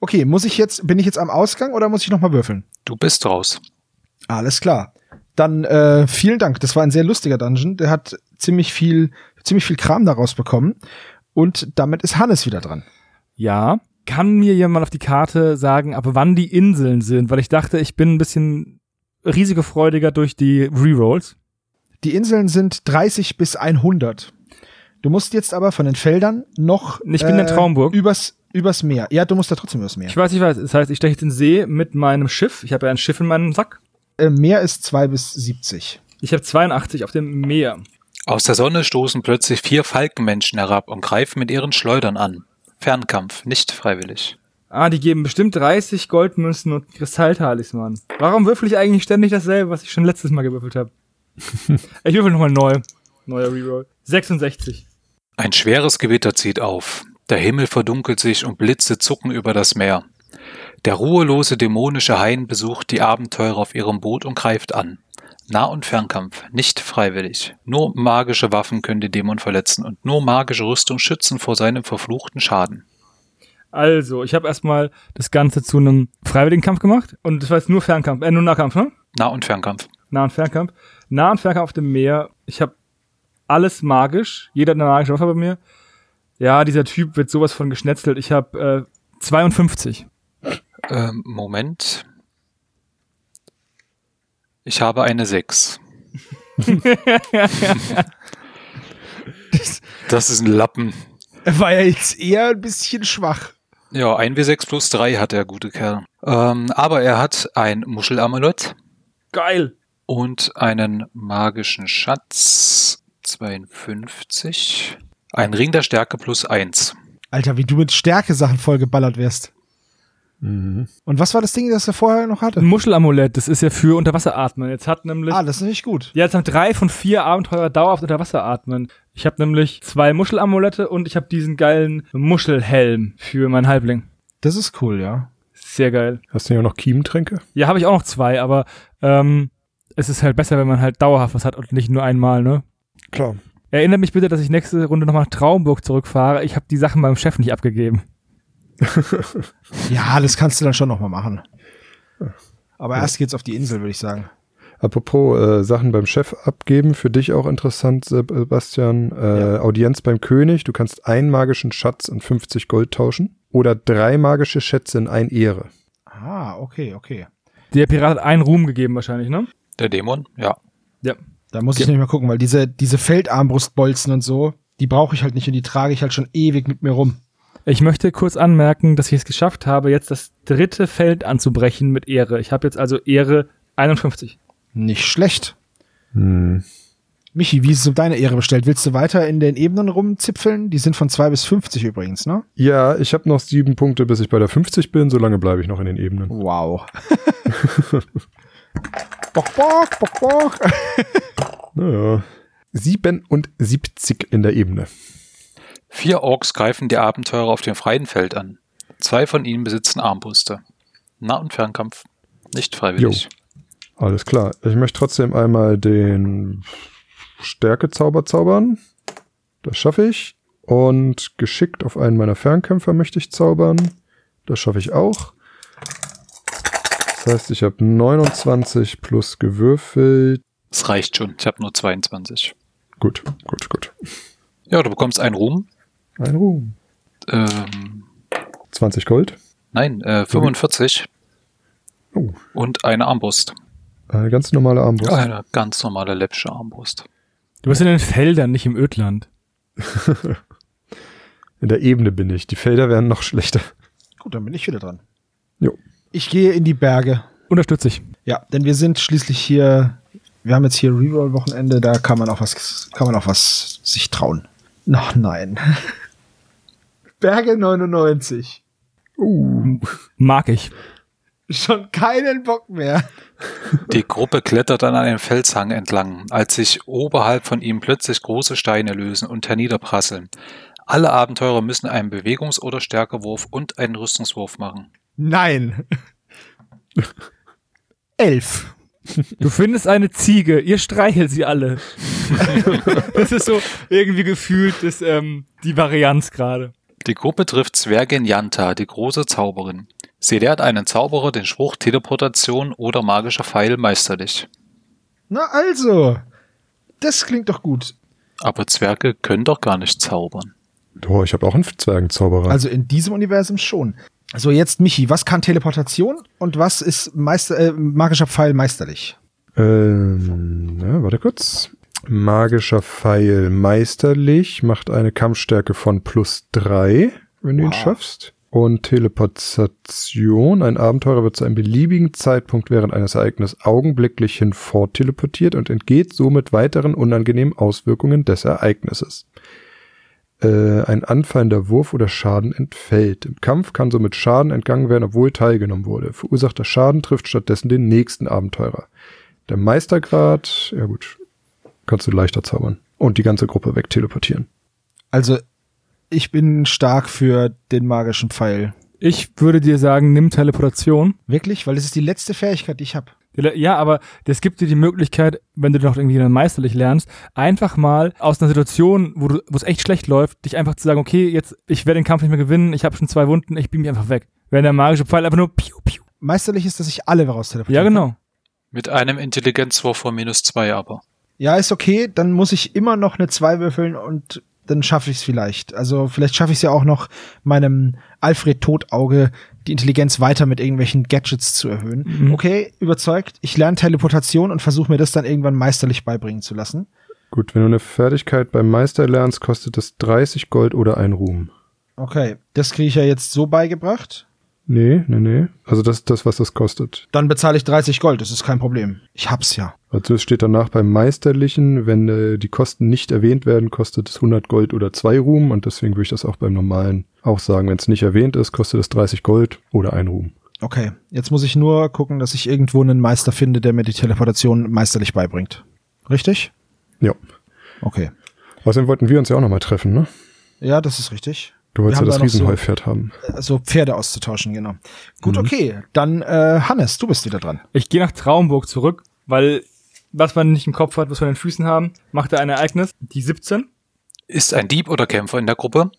[SPEAKER 1] Okay, muss ich jetzt, bin ich jetzt am Ausgang oder muss ich nochmal würfeln?
[SPEAKER 4] Du bist raus.
[SPEAKER 1] Alles klar. Dann äh, vielen Dank. Das war ein sehr lustiger Dungeon. Der hat ziemlich viel, ziemlich viel Kram daraus bekommen. Und damit ist Hannes wieder dran.
[SPEAKER 2] Ja. Kann mir jemand auf die Karte sagen, ab wann die Inseln sind? Weil ich dachte, ich bin ein bisschen risikofreudiger durch die Rerolls.
[SPEAKER 1] Die Inseln sind 30 bis 100. Du musst jetzt aber von den Feldern noch äh,
[SPEAKER 2] Ich bin in Traumburg.
[SPEAKER 1] übers übers Meer. Ja, du musst da trotzdem übers Meer.
[SPEAKER 2] Ich weiß, ich weiß. Das heißt, ich steche jetzt in den See mit meinem Schiff. Ich habe ja ein Schiff in meinem Sack.
[SPEAKER 1] äh, Meer ist 2 bis 70.
[SPEAKER 2] Ich habe 82 auf dem Meer.
[SPEAKER 4] Aus der Sonne stoßen plötzlich vier Falkenmenschen herab und greifen mit ihren Schleudern an. Fernkampf, nicht freiwillig.
[SPEAKER 2] Ah, die geben bestimmt 30 Goldmünzen und Kristalltalisman. Warum würfel ich eigentlich ständig dasselbe, was ich schon letztes Mal gewürfelt habe? ich würfel nochmal neu. Neuer Reroll. 66.
[SPEAKER 4] Ein schweres Gewitter zieht auf. Der Himmel verdunkelt sich und Blitze zucken über das Meer. Der ruhelose dämonische Hain besucht die Abenteurer auf ihrem Boot und greift an. Nah- und Fernkampf, nicht freiwillig. Nur magische Waffen können den Dämon verletzen und nur magische Rüstung schützen vor seinem verfluchten Schaden.
[SPEAKER 2] Also, ich habe erstmal das Ganze zu einem freiwilligen Kampf gemacht. Und das war jetzt nur Fernkampf. Äh, nur Nahkampf, ne?
[SPEAKER 4] Nah- und Fernkampf.
[SPEAKER 2] Nah- und Fernkampf. Nah- und Fernkampf auf dem Meer. Ich habe alles magisch. Jeder hat eine magische Waffe bei mir. Ja, dieser Typ wird sowas von geschnetzelt. Ich habe äh, 52.
[SPEAKER 4] Ähm, Moment. Ich habe eine 6. das ist ein Lappen.
[SPEAKER 1] War ja jetzt eher ein bisschen schwach.
[SPEAKER 4] Ja, 1W6 plus 3 hat der gute Kerl. Ähm, aber er hat ein Muschelamulet
[SPEAKER 2] Geil.
[SPEAKER 4] und einen magischen Schatz. 52. Ein Ring der Stärke plus 1.
[SPEAKER 1] Alter, wie du mit Stärke Sachen vollgeballert wärst. Und was war das Ding, das er vorher noch
[SPEAKER 2] Ein
[SPEAKER 1] hatte?
[SPEAKER 2] Muschelamulett, das ist ja für Unterwasseratmen. Jetzt hat nämlich.
[SPEAKER 1] Ah, das ist nicht gut.
[SPEAKER 2] Ja, jetzt haben drei von vier Abenteurer dauerhaft unter Wasser atmen. Ich habe nämlich zwei Muschelamulette und ich habe diesen geilen Muschelhelm für meinen Halbling.
[SPEAKER 1] Das ist cool, ja.
[SPEAKER 2] Sehr geil.
[SPEAKER 3] Hast du ja noch Kiementränke?
[SPEAKER 2] Ja, habe ich auch noch zwei, aber ähm, es ist halt besser, wenn man halt dauerhaft was hat und nicht nur einmal, ne?
[SPEAKER 3] Klar.
[SPEAKER 2] Erinnert mich bitte, dass ich nächste Runde nochmal nach Traumburg zurückfahre. Ich habe die Sachen beim Chef nicht abgegeben.
[SPEAKER 1] Ja, das kannst du dann schon nochmal machen. Aber erst geht's auf die Insel, würde ich sagen.
[SPEAKER 3] Apropos äh, Sachen beim Chef abgeben, für dich auch interessant, Seb- Sebastian. Äh, Audienz beim König. Du kannst einen magischen Schatz in 50 Gold tauschen oder drei magische Schätze in ein Ehre.
[SPEAKER 1] Ah, okay, okay.
[SPEAKER 2] Der Pirat hat einen Ruhm gegeben wahrscheinlich, ne?
[SPEAKER 4] Der Dämon? Ja.
[SPEAKER 2] Ja.
[SPEAKER 1] Da muss ich
[SPEAKER 2] Ge-
[SPEAKER 1] nicht mehr gucken, weil diese, diese Feldarmbrustbolzen und so, die brauche ich halt nicht und die trage ich halt schon ewig mit mir rum.
[SPEAKER 2] Ich möchte kurz anmerken, dass ich es geschafft habe, jetzt das dritte Feld anzubrechen mit Ehre. Ich habe jetzt also Ehre 51.
[SPEAKER 1] Nicht schlecht.
[SPEAKER 3] Hm.
[SPEAKER 1] Michi, wie ist es um deine Ehre bestellt? Willst du weiter in den Ebenen rumzipfeln? Die sind von 2 bis 50 übrigens, ne?
[SPEAKER 3] Ja, ich habe noch sieben Punkte, bis ich bei der 50 bin. Solange bleibe ich noch in den Ebenen.
[SPEAKER 1] Wow. bock, bock, bock, bock.
[SPEAKER 3] Naja. 77 in der Ebene.
[SPEAKER 4] Vier Orks greifen die Abenteurer auf dem freien Feld an. Zwei von ihnen besitzen Armbrüste. Nah- und Fernkampf. Nicht freiwillig.
[SPEAKER 3] Alles klar. Ich möchte trotzdem einmal den Stärkezauber zaubern. Das schaffe ich. Und geschickt auf einen meiner Fernkämpfer möchte ich zaubern. Das schaffe ich auch. Das heißt, ich habe 29 plus gewürfelt.
[SPEAKER 4] Es reicht schon. Ich habe nur 22.
[SPEAKER 3] Gut, gut, gut.
[SPEAKER 4] Ja, du bekommst einen Ruhm.
[SPEAKER 3] Ein Ruhm.
[SPEAKER 4] Ähm,
[SPEAKER 3] 20 Gold.
[SPEAKER 4] nein, äh, 45.
[SPEAKER 3] Oh,
[SPEAKER 4] Und eine Armbrust.
[SPEAKER 3] eine ganz normale Armbrust.
[SPEAKER 4] Eine ganz normale läppische Armbrust.
[SPEAKER 2] Du bist in den Feldern, nicht im Ödland.
[SPEAKER 3] In der Ebene bin ich. Die Felder werden noch schlechter.
[SPEAKER 1] Gut, dann bin ich wieder dran.
[SPEAKER 3] Jo.
[SPEAKER 1] Ich gehe in die Berge.
[SPEAKER 2] Unterstütze ich.
[SPEAKER 1] Ja, denn wir sind schließlich hier. Wir haben jetzt hier Reroll-Wochenende, da kann man auch was, kann man auch was sich trauen. Ach nein. Berge 99.
[SPEAKER 2] Uh. Mag ich.
[SPEAKER 1] Schon keinen Bock mehr.
[SPEAKER 4] Die Gruppe klettert an einem Felshang entlang, als sich oberhalb von ihm plötzlich große Steine lösen und herniederprasseln. Alle Abenteurer müssen einen Bewegungs- oder Stärkewurf und einen Rüstungswurf machen.
[SPEAKER 1] Nein. Elf.
[SPEAKER 2] Du findest eine Ziege, ihr streichelt sie alle. das ist so irgendwie gefühlt das, ähm, die Varianz gerade.
[SPEAKER 4] Die Gruppe trifft Zwergin Janta, die große Zauberin. Sie lehrt einen Zauberer den Spruch Teleportation oder magischer Pfeil meisterlich.
[SPEAKER 1] Na also, das klingt doch gut.
[SPEAKER 4] Aber Zwerge können doch gar nicht zaubern.
[SPEAKER 3] Oh, ich habe auch einen Zwergenzauberer.
[SPEAKER 1] Also in diesem Universum schon. So, jetzt Michi, was kann Teleportation und was ist Meister, äh, magischer Pfeil meisterlich?
[SPEAKER 3] Ähm, na, warte kurz. Magischer Pfeil meisterlich macht eine Kampfstärke von plus drei, wenn du ihn
[SPEAKER 1] Wow.
[SPEAKER 3] schaffst. Und Teleportation. Ein Abenteurer wird zu einem beliebigen Zeitpunkt während eines Ereignisses augenblicklich hinfort teleportiert und entgeht somit weiteren unangenehmen Auswirkungen des Ereignisses. Äh, ein anfallender Wurf oder Schaden entfällt. Im Kampf kann somit Schaden entgangen werden, obwohl teilgenommen wurde. Verursachter Schaden trifft stattdessen den nächsten Abenteurer. Der Meistergrad, ja gut, kannst du leichter zaubern und die ganze Gruppe wegteleportieren.
[SPEAKER 1] Also, ich bin stark für den magischen Pfeil.
[SPEAKER 2] Ich würde dir sagen, nimm Teleportation.
[SPEAKER 1] Wirklich? Weil das ist die letzte Fähigkeit, die ich habe.
[SPEAKER 2] Ja, aber das gibt dir die Möglichkeit, wenn du noch irgendwie dann meisterlich lernst, einfach mal aus einer Situation, wo du, wo es echt schlecht läuft, dich einfach zu sagen, okay, jetzt, ich werde den Kampf nicht mehr gewinnen, ich habe schon zwei Wunden, ich beam mich einfach weg. Wenn der magische Pfeil einfach nur piu, piu.
[SPEAKER 1] Meisterlich ist, dass ich alle raus
[SPEAKER 2] Ja,
[SPEAKER 1] teleportiere.
[SPEAKER 2] genau.
[SPEAKER 4] Mit einem Intelligenzwurf von minus zwei aber.
[SPEAKER 1] Ja, ist okay, dann muss ich immer noch eine 2 würfeln und dann schaffe ich es vielleicht. Also vielleicht schaffe ich es ja auch noch, meinem Alfred Totauge die Intelligenz weiter mit irgendwelchen Gadgets zu erhöhen.
[SPEAKER 2] Mhm.
[SPEAKER 1] Okay, überzeugt. Ich lerne Teleportation und versuche mir das dann irgendwann meisterlich beibringen zu lassen.
[SPEAKER 3] Gut, wenn du eine Fertigkeit beim Meister lernst, kostet das 30 Gold oder ein Ruhm.
[SPEAKER 1] Okay, das kriege ich ja jetzt so beigebracht.
[SPEAKER 3] Nee, nee, nee. Also das ist das, was das kostet.
[SPEAKER 1] Dann bezahle ich 30 Gold, das ist kein Problem. Ich hab's ja.
[SPEAKER 3] Also es steht danach beim Meisterlichen, wenn äh, die Kosten nicht erwähnt werden, kostet es 100 Gold oder zwei Ruhm und deswegen würde ich das auch beim normalen auch sagen. Wenn es nicht erwähnt ist, kostet es 30 Gold oder ein Ruhm.
[SPEAKER 1] Okay, jetzt muss ich nur gucken, dass ich irgendwo einen Meister finde, der mir die Teleportation meisterlich beibringt. Richtig?
[SPEAKER 3] Ja.
[SPEAKER 1] Okay.
[SPEAKER 3] Außerdem wollten wir uns ja auch nochmal treffen, ne?
[SPEAKER 1] Ja, das ist richtig.
[SPEAKER 3] Du wolltest
[SPEAKER 1] Wir
[SPEAKER 3] ja das
[SPEAKER 1] haben da noch so- äh,
[SPEAKER 3] Riesenheupferd haben.
[SPEAKER 1] so Pferde auszutauschen, genau.
[SPEAKER 3] Mhm.
[SPEAKER 1] Gut, okay. Dann äh, Hannes, du bist wieder dran.
[SPEAKER 2] Ich gehe nach Traumburg zurück, weil was man nicht im Kopf hat, was wir an den Füßen haben, macht er ein Ereignis. Die 17.
[SPEAKER 4] Ist ein Dieb oder Kämpfer in der Gruppe?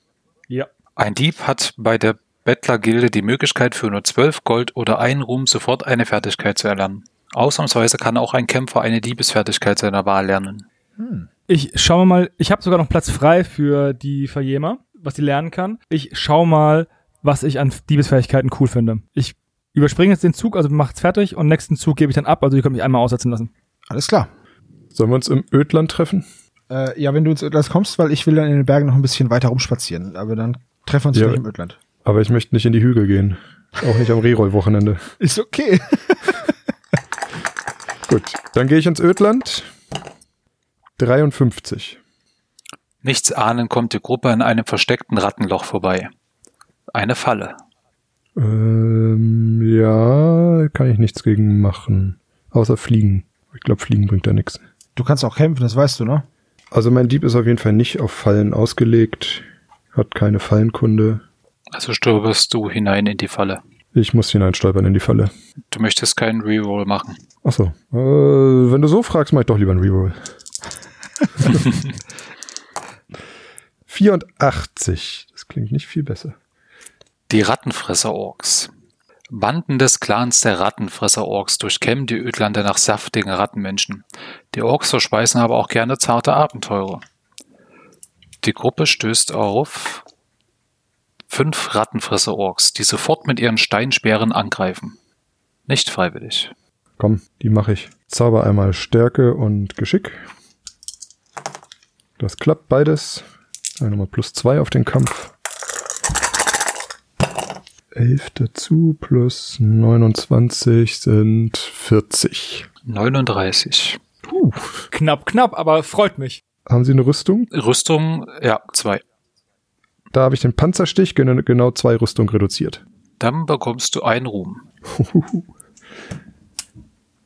[SPEAKER 2] Ja.
[SPEAKER 4] Ein Dieb hat bei der Bettlergilde die Möglichkeit, für nur 12 Gold oder einen Ruhm sofort eine Fertigkeit zu erlernen. Ausnahmsweise kann auch ein Kämpfer eine Diebesfertigkeit seiner Wahl lernen.
[SPEAKER 2] Ich schaue mal, ich habe sogar noch Platz frei für die Verjämer, was sie lernen kann. Ich schaue mal, was ich an Diebesfähigkeiten cool finde. Ich überspringe jetzt den Zug, also macht's fertig und nächsten Zug gebe ich dann ab, also ihr könnt mich einmal aussetzen lassen.
[SPEAKER 1] Alles klar.
[SPEAKER 3] Sollen wir uns im Ödland treffen?
[SPEAKER 1] Äh, ja, wenn du ins Ödland kommst, weil ich will dann in den Bergen noch ein bisschen weiter rumspazieren. Aber dann treffen wir uns
[SPEAKER 3] Ja.
[SPEAKER 1] gleich im Ödland.
[SPEAKER 3] Aber ich möchte nicht in die Hügel gehen. Auch nicht am Reroll-Wochenende.
[SPEAKER 1] Ist okay.
[SPEAKER 3] Gut, dann gehe ich ins Ödland. 53.
[SPEAKER 4] Nichts ahnend kommt die Gruppe an einem versteckten Rattenloch vorbei. Eine Falle.
[SPEAKER 3] Ähm, ja, kann ich nichts gegen machen. Außer fliegen. Ich glaube, fliegen bringt da nichts.
[SPEAKER 1] Du kannst auch kämpfen, das weißt du, ne?
[SPEAKER 3] Also mein Dieb ist auf jeden Fall nicht auf Fallen ausgelegt. Hat keine Fallenkunde.
[SPEAKER 4] Also stolperst du hinein in die Falle.
[SPEAKER 3] Ich muss hineinstolpern in die Falle.
[SPEAKER 4] Du möchtest keinen Reroll machen.
[SPEAKER 3] Achso. Äh, wenn du so fragst, mach ich doch lieber einen Reroll. 84. Das klingt nicht viel besser.
[SPEAKER 4] Die Rattenfresser-Orks. Banden des Clans der Rattenfresser-Orks durchkämmen die Ödlande nach saftigen Rattenmenschen. Die Orks verspeisen aber auch gerne zarte Abenteurer. Die Gruppe stößt auf fünf Rattenfresser-Orks, die sofort mit ihren Steinsperren angreifen. Nicht freiwillig.
[SPEAKER 3] Komm, die mache ich. Zauber einmal Stärke und Geschick. Das klappt beides. Dann nochmal plus zwei auf den Kampf. 11 dazu plus 29 sind 40.
[SPEAKER 4] 39.
[SPEAKER 3] Puh.
[SPEAKER 2] Knapp, knapp, aber freut mich.
[SPEAKER 3] Haben Sie eine Rüstung?
[SPEAKER 4] Rüstung, ja, zwei.
[SPEAKER 3] Da habe ich den Panzerstich gen- genau zwei Rüstung reduziert.
[SPEAKER 4] Dann bekommst du einen Ruhm.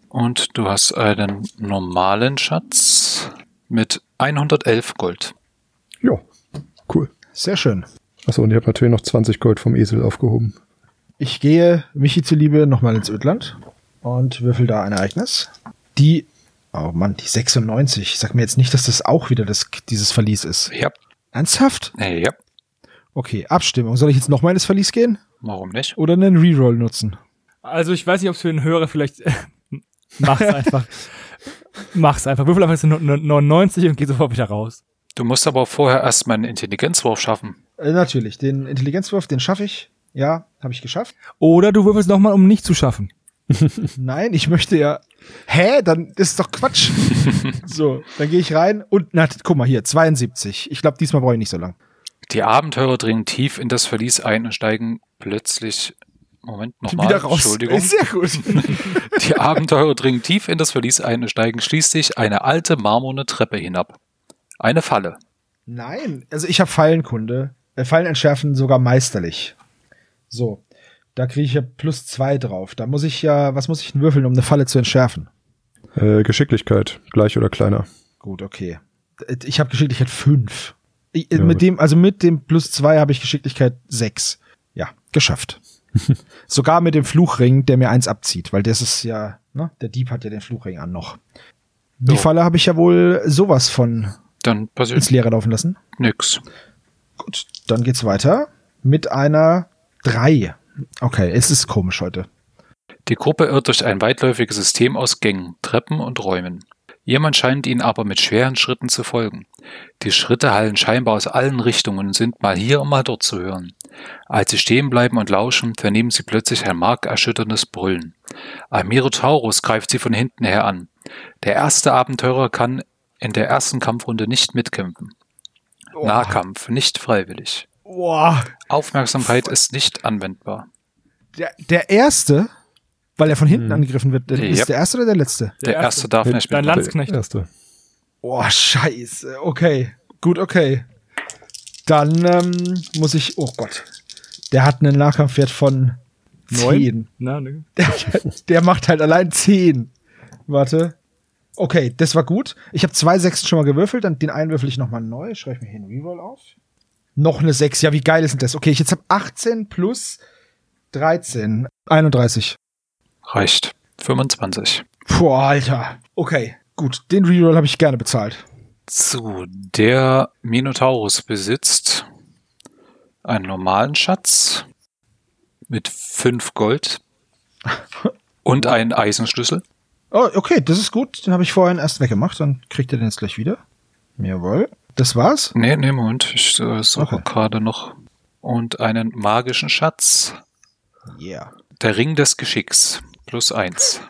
[SPEAKER 4] Und du hast einen normalen Schatz mit 111 Gold.
[SPEAKER 3] Ja, cool.
[SPEAKER 1] Sehr schön.
[SPEAKER 3] Achso, und ihr habt natürlich noch 20 Gold vom Esel aufgehoben.
[SPEAKER 1] Ich gehe Michi zuliebe nochmal ins Ödland und würfel da ein Ereignis. Die, oh Mann, die 96. Sag mir jetzt nicht, dass das auch wieder das, dieses Verlies ist.
[SPEAKER 4] Ja,
[SPEAKER 1] Ernsthaft?
[SPEAKER 4] äh, ja.
[SPEAKER 1] Okay, Abstimmung. Soll ich jetzt nochmal ins Verlies gehen?
[SPEAKER 4] Warum nicht?
[SPEAKER 1] Oder einen Reroll nutzen?
[SPEAKER 2] Also ich weiß nicht, ob es für den Hörer vielleicht mach's einfach. Mach's einfach. Würfel einfach eine 99 und geh sofort wieder raus.
[SPEAKER 4] Du musst aber vorher erstmal einen Intelligenzwurf schaffen.
[SPEAKER 1] Äh, natürlich, den Intelligenzwurf, den schaffe ich. Ja, habe ich geschafft.
[SPEAKER 2] Oder du würfelst nochmal, um nicht zu schaffen.
[SPEAKER 1] Nein, ich möchte ja. Hä? Dann ist es doch Quatsch. so, dann gehe ich rein und na, guck mal hier, 72. Ich glaube, diesmal brauche ich nicht so lang.
[SPEAKER 4] Die Abenteurer dringen tief in das Verlies ein und steigen plötzlich. Moment, nochmal.
[SPEAKER 1] Wieder raus.
[SPEAKER 4] Entschuldigung.
[SPEAKER 1] Sehr gut.
[SPEAKER 4] Die Abenteurer dringen tief in das Verlies ein und steigen schließlich eine alte marmorne Treppe hinab. Eine Falle.
[SPEAKER 1] Nein, also ich habe Fallenkunde. Äh, Fallen entschärfen sogar meisterlich. So, da kriege ich ja plus zwei drauf. Da muss ich ja, was muss ich denn würfeln, um eine Falle zu entschärfen?
[SPEAKER 3] Äh, Geschicklichkeit, gleich oder kleiner.
[SPEAKER 1] Gut, okay. D- Ich habe Geschicklichkeit fünf. Ich, äh,
[SPEAKER 3] Ja,
[SPEAKER 1] mit
[SPEAKER 3] gut.
[SPEAKER 1] dem, also mit dem plus zwei habe ich Geschicklichkeit sechs. Ja, geschafft. sogar mit dem Fluchring, der mir eins abzieht, weil das ist ja, ne, der Dieb hat ja den Fluchring an noch. Die
[SPEAKER 4] So.
[SPEAKER 1] Falle habe ich ja wohl sowas von
[SPEAKER 4] Dann passiert
[SPEAKER 1] ins Leere laufen lassen.
[SPEAKER 4] nix.
[SPEAKER 1] Gut, dann geht's weiter mit einer 3. Okay, es ist komisch heute.
[SPEAKER 4] Die Gruppe irrt durch ein weitläufiges System aus Gängen, Treppen und Räumen. Jemand scheint ihnen aber mit schweren Schritten zu folgen. Die Schritte hallen scheinbar aus allen Richtungen und sind mal hier und mal dort zu hören. Als sie stehen bleiben und lauschen, vernehmen sie plötzlich ein markerschütterndes Brüllen. Ein Mirotaurus greift sie von hinten her an. Der erste Abenteurer kann in der ersten Kampfrunde nicht mitkämpfen. Nahkampf, nicht freiwillig.
[SPEAKER 1] Boah,
[SPEAKER 4] Aufmerksamkeit ist nicht anwendbar.
[SPEAKER 1] der, der erste, weil er von hinten
[SPEAKER 3] Hm.
[SPEAKER 1] angegriffen wird, der-
[SPEAKER 4] Yep.
[SPEAKER 1] ist der erste oder der letzte?
[SPEAKER 4] Der, erste, darf nicht
[SPEAKER 2] Dein
[SPEAKER 4] mitmachen.
[SPEAKER 2] Landsknecht.
[SPEAKER 3] Erste.
[SPEAKER 1] Boah, scheiße. Okay, gut, okay. Dann ähm, muss ich, oh Gott, der hat einen Nahkampfwert von
[SPEAKER 2] Neun?
[SPEAKER 1] 10.
[SPEAKER 2] Na, ne?
[SPEAKER 1] Der, der macht halt allein 10. Warte. Okay, das war gut. Ich habe zwei Sechsen schon mal gewürfelt, dann den einen würfel ich nochmal neu. Schreibe ich mir hier einen Reroll auf. Noch eine Sechs. Ja, wie geil ist denn das? Okay, ich jetzt habe 18 plus 13. 31.
[SPEAKER 4] Reicht. 25.
[SPEAKER 1] Boah, Alter. Okay, gut. Den Reroll habe ich gerne bezahlt.
[SPEAKER 4] So, der Minotaurus besitzt einen normalen Schatz mit 5 Gold und einen Eisenschlüssel.
[SPEAKER 1] Oh, okay, das ist gut. Den habe ich vorhin erst weggemacht. Dann kriegt ihr den jetzt gleich wieder. Jawohl. Das war's.
[SPEAKER 4] Nee, nee, Moment, ich äh, suche
[SPEAKER 1] Okay.
[SPEAKER 4] gerade noch. Und einen magischen Schatz.
[SPEAKER 1] Yeah.
[SPEAKER 4] Der Ring des Geschicks. Plus 1.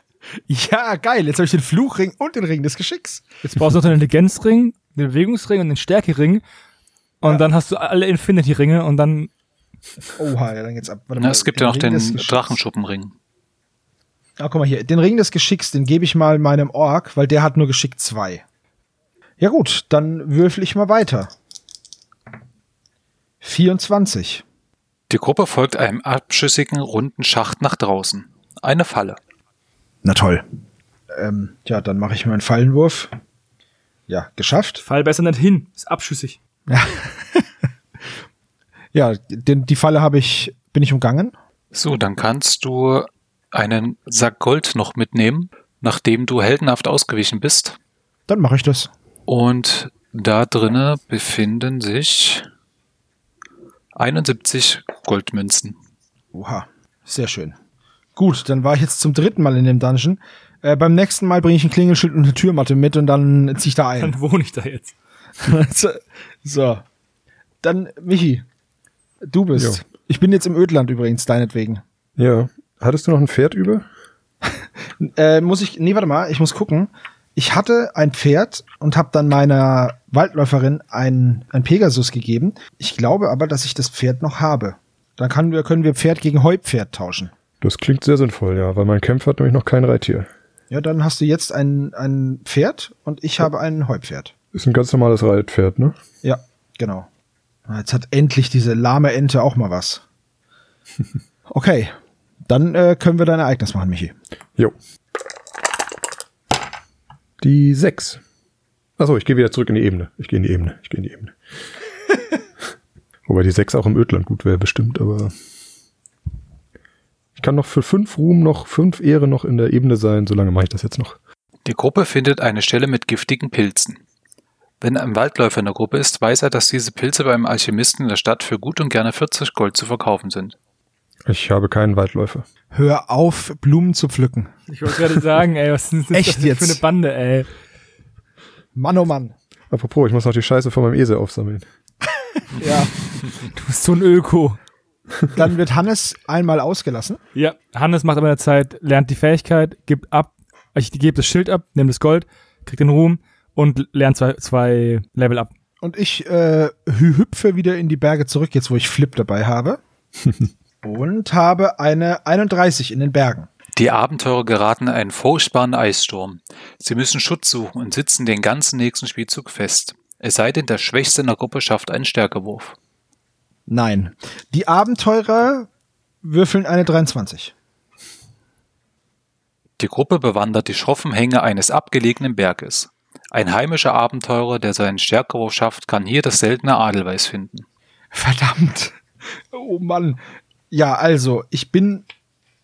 [SPEAKER 1] Ja, geil. Jetzt habe ich den Fluchring und den Ring des Geschicks.
[SPEAKER 2] Jetzt brauchst du noch den Intelligenzring, den Bewegungsring und den Stärkering. Und dann hast du alle Infinity-Ringe und dann
[SPEAKER 1] Oha, ja, dann geht's ab. Warte
[SPEAKER 4] Na, es gibt ja noch
[SPEAKER 1] Ring
[SPEAKER 4] den
[SPEAKER 1] des Geschicks.
[SPEAKER 4] Drachenschuppenring.
[SPEAKER 1] Ah, guck mal hier. Den Ring des Geschicks, den gebe ich mal meinem Ork, weil der hat nur Geschick 2. Ja gut, dann würfel ich mal weiter. 24.
[SPEAKER 4] Die Gruppe folgt einem abschüssigen, runden Schacht nach draußen. Eine Falle.
[SPEAKER 1] Na toll. Ähm, ja, dann mache ich meinen Fallenwurf. Ja, geschafft.
[SPEAKER 2] fall besser nicht hin. Ist abschüssig.
[SPEAKER 1] Ja, den, die Falle habe ich, bin ich umgangen.
[SPEAKER 4] So, dann kannst du einen Sack Gold noch mitnehmen, nachdem du heldenhaft ausgewichen bist.
[SPEAKER 1] Dann mache ich das.
[SPEAKER 4] Und da drinne befinden sich 71 Goldmünzen.
[SPEAKER 1] Oha, sehr schön. Gut, dann war ich jetzt zum dritten Mal in dem Dungeon. Äh, beim nächsten Mal bringe ich ein Klingelschild und eine Türmatte mit und dann ziehe ich da ein.
[SPEAKER 2] Dann wohne ich da jetzt.
[SPEAKER 1] so. Also, so. Dann, Michi, du bist.
[SPEAKER 3] Jo.
[SPEAKER 1] Ich bin jetzt im Ödland übrigens, deinetwegen.
[SPEAKER 3] Ja. Hattest du noch ein Pferd über?
[SPEAKER 1] Äh, muss ich, nee, warte mal, ich muss gucken. Ich hatte ein Pferd und habe dann meiner Waldläuferin ein, ein Pegasus gegeben. Ich glaube aber, dass ich das Pferd noch habe. Dann kann, wir- können wir Pferd gegen Heupferd tauschen.
[SPEAKER 3] Das klingt sehr sinnvoll, ja, weil mein Kämpfer hat nämlich noch kein Reittier.
[SPEAKER 1] Ja, dann hast du jetzt ein, ein Pferd und ich habe ein Heupferd.
[SPEAKER 3] Ist ein ganz normales Reitpferd, ne?
[SPEAKER 1] Ja, genau. Ah, Jetzt hat endlich diese lahme Ente auch mal was. Okay, dann äh, können wir dein Ereignis machen, Michi.
[SPEAKER 3] Jo. Die 6. Achso, ich gehe wieder zurück in die Ebene. Ich gehe in die Ebene. Ich gehe in die Ebene. Wobei die 6 auch im Ödland gut wäre, bestimmt, aber. Ich kann noch für 5 Ruhm noch, 5 Ehre noch in der Ebene sein, solange mache ich das jetzt noch.
[SPEAKER 4] Die Gruppe findet eine Stelle mit giftigen Pilzen. Wenn ein Waldläufer in der Gruppe ist, weiß er, dass diese Pilze beim Alchemisten in der Stadt für gut und gerne 40 Gold zu verkaufen sind.
[SPEAKER 3] Ich habe keinen Waldläufer.
[SPEAKER 1] Hör auf, Blumen zu pflücken.
[SPEAKER 2] Ich wollte gerade sagen, ey, was ist das
[SPEAKER 1] Echt
[SPEAKER 2] denn für
[SPEAKER 1] jetzt?
[SPEAKER 2] eine Bande, ey?
[SPEAKER 1] Mann, oh Mann.
[SPEAKER 3] Apropos, ich muss noch die Scheiße von meinem Esel aufsammeln.
[SPEAKER 1] Ja.
[SPEAKER 2] Du bist so ein Öko.
[SPEAKER 1] Dann wird Hannes einmal ausgelassen.
[SPEAKER 2] Ja, Hannes macht aber in der Zeit, lernt die Fähigkeit, gibt ab, ich gebe das Schild ab, nehme das Gold, kriegt den Ruhm und lernt zwei, zwei Level ab.
[SPEAKER 1] Und ich äh, hü- hüpfe wieder in die Berge zurück, jetzt wo ich Flip dabei habe. Und habe eine 31 in den Bergen.
[SPEAKER 4] Die Abenteurer geraten in einen furchtbaren Eissturm. Sie müssen Schutz suchen und sitzen den ganzen nächsten Spielzug fest. Es sei denn, der Schwächste in der Gruppe schafft einen Stärkewurf.
[SPEAKER 1] Nein. Die Abenteurer würfeln eine 23.
[SPEAKER 4] Die Gruppe bewandert die schroffen Hänge eines abgelegenen Berges. Ein heimischer Abenteurer, der seinen Stärkewurf schafft, kann hier das seltene Adelweiß finden.
[SPEAKER 1] Verdammt. Oh Mann. Ja, also, ich bin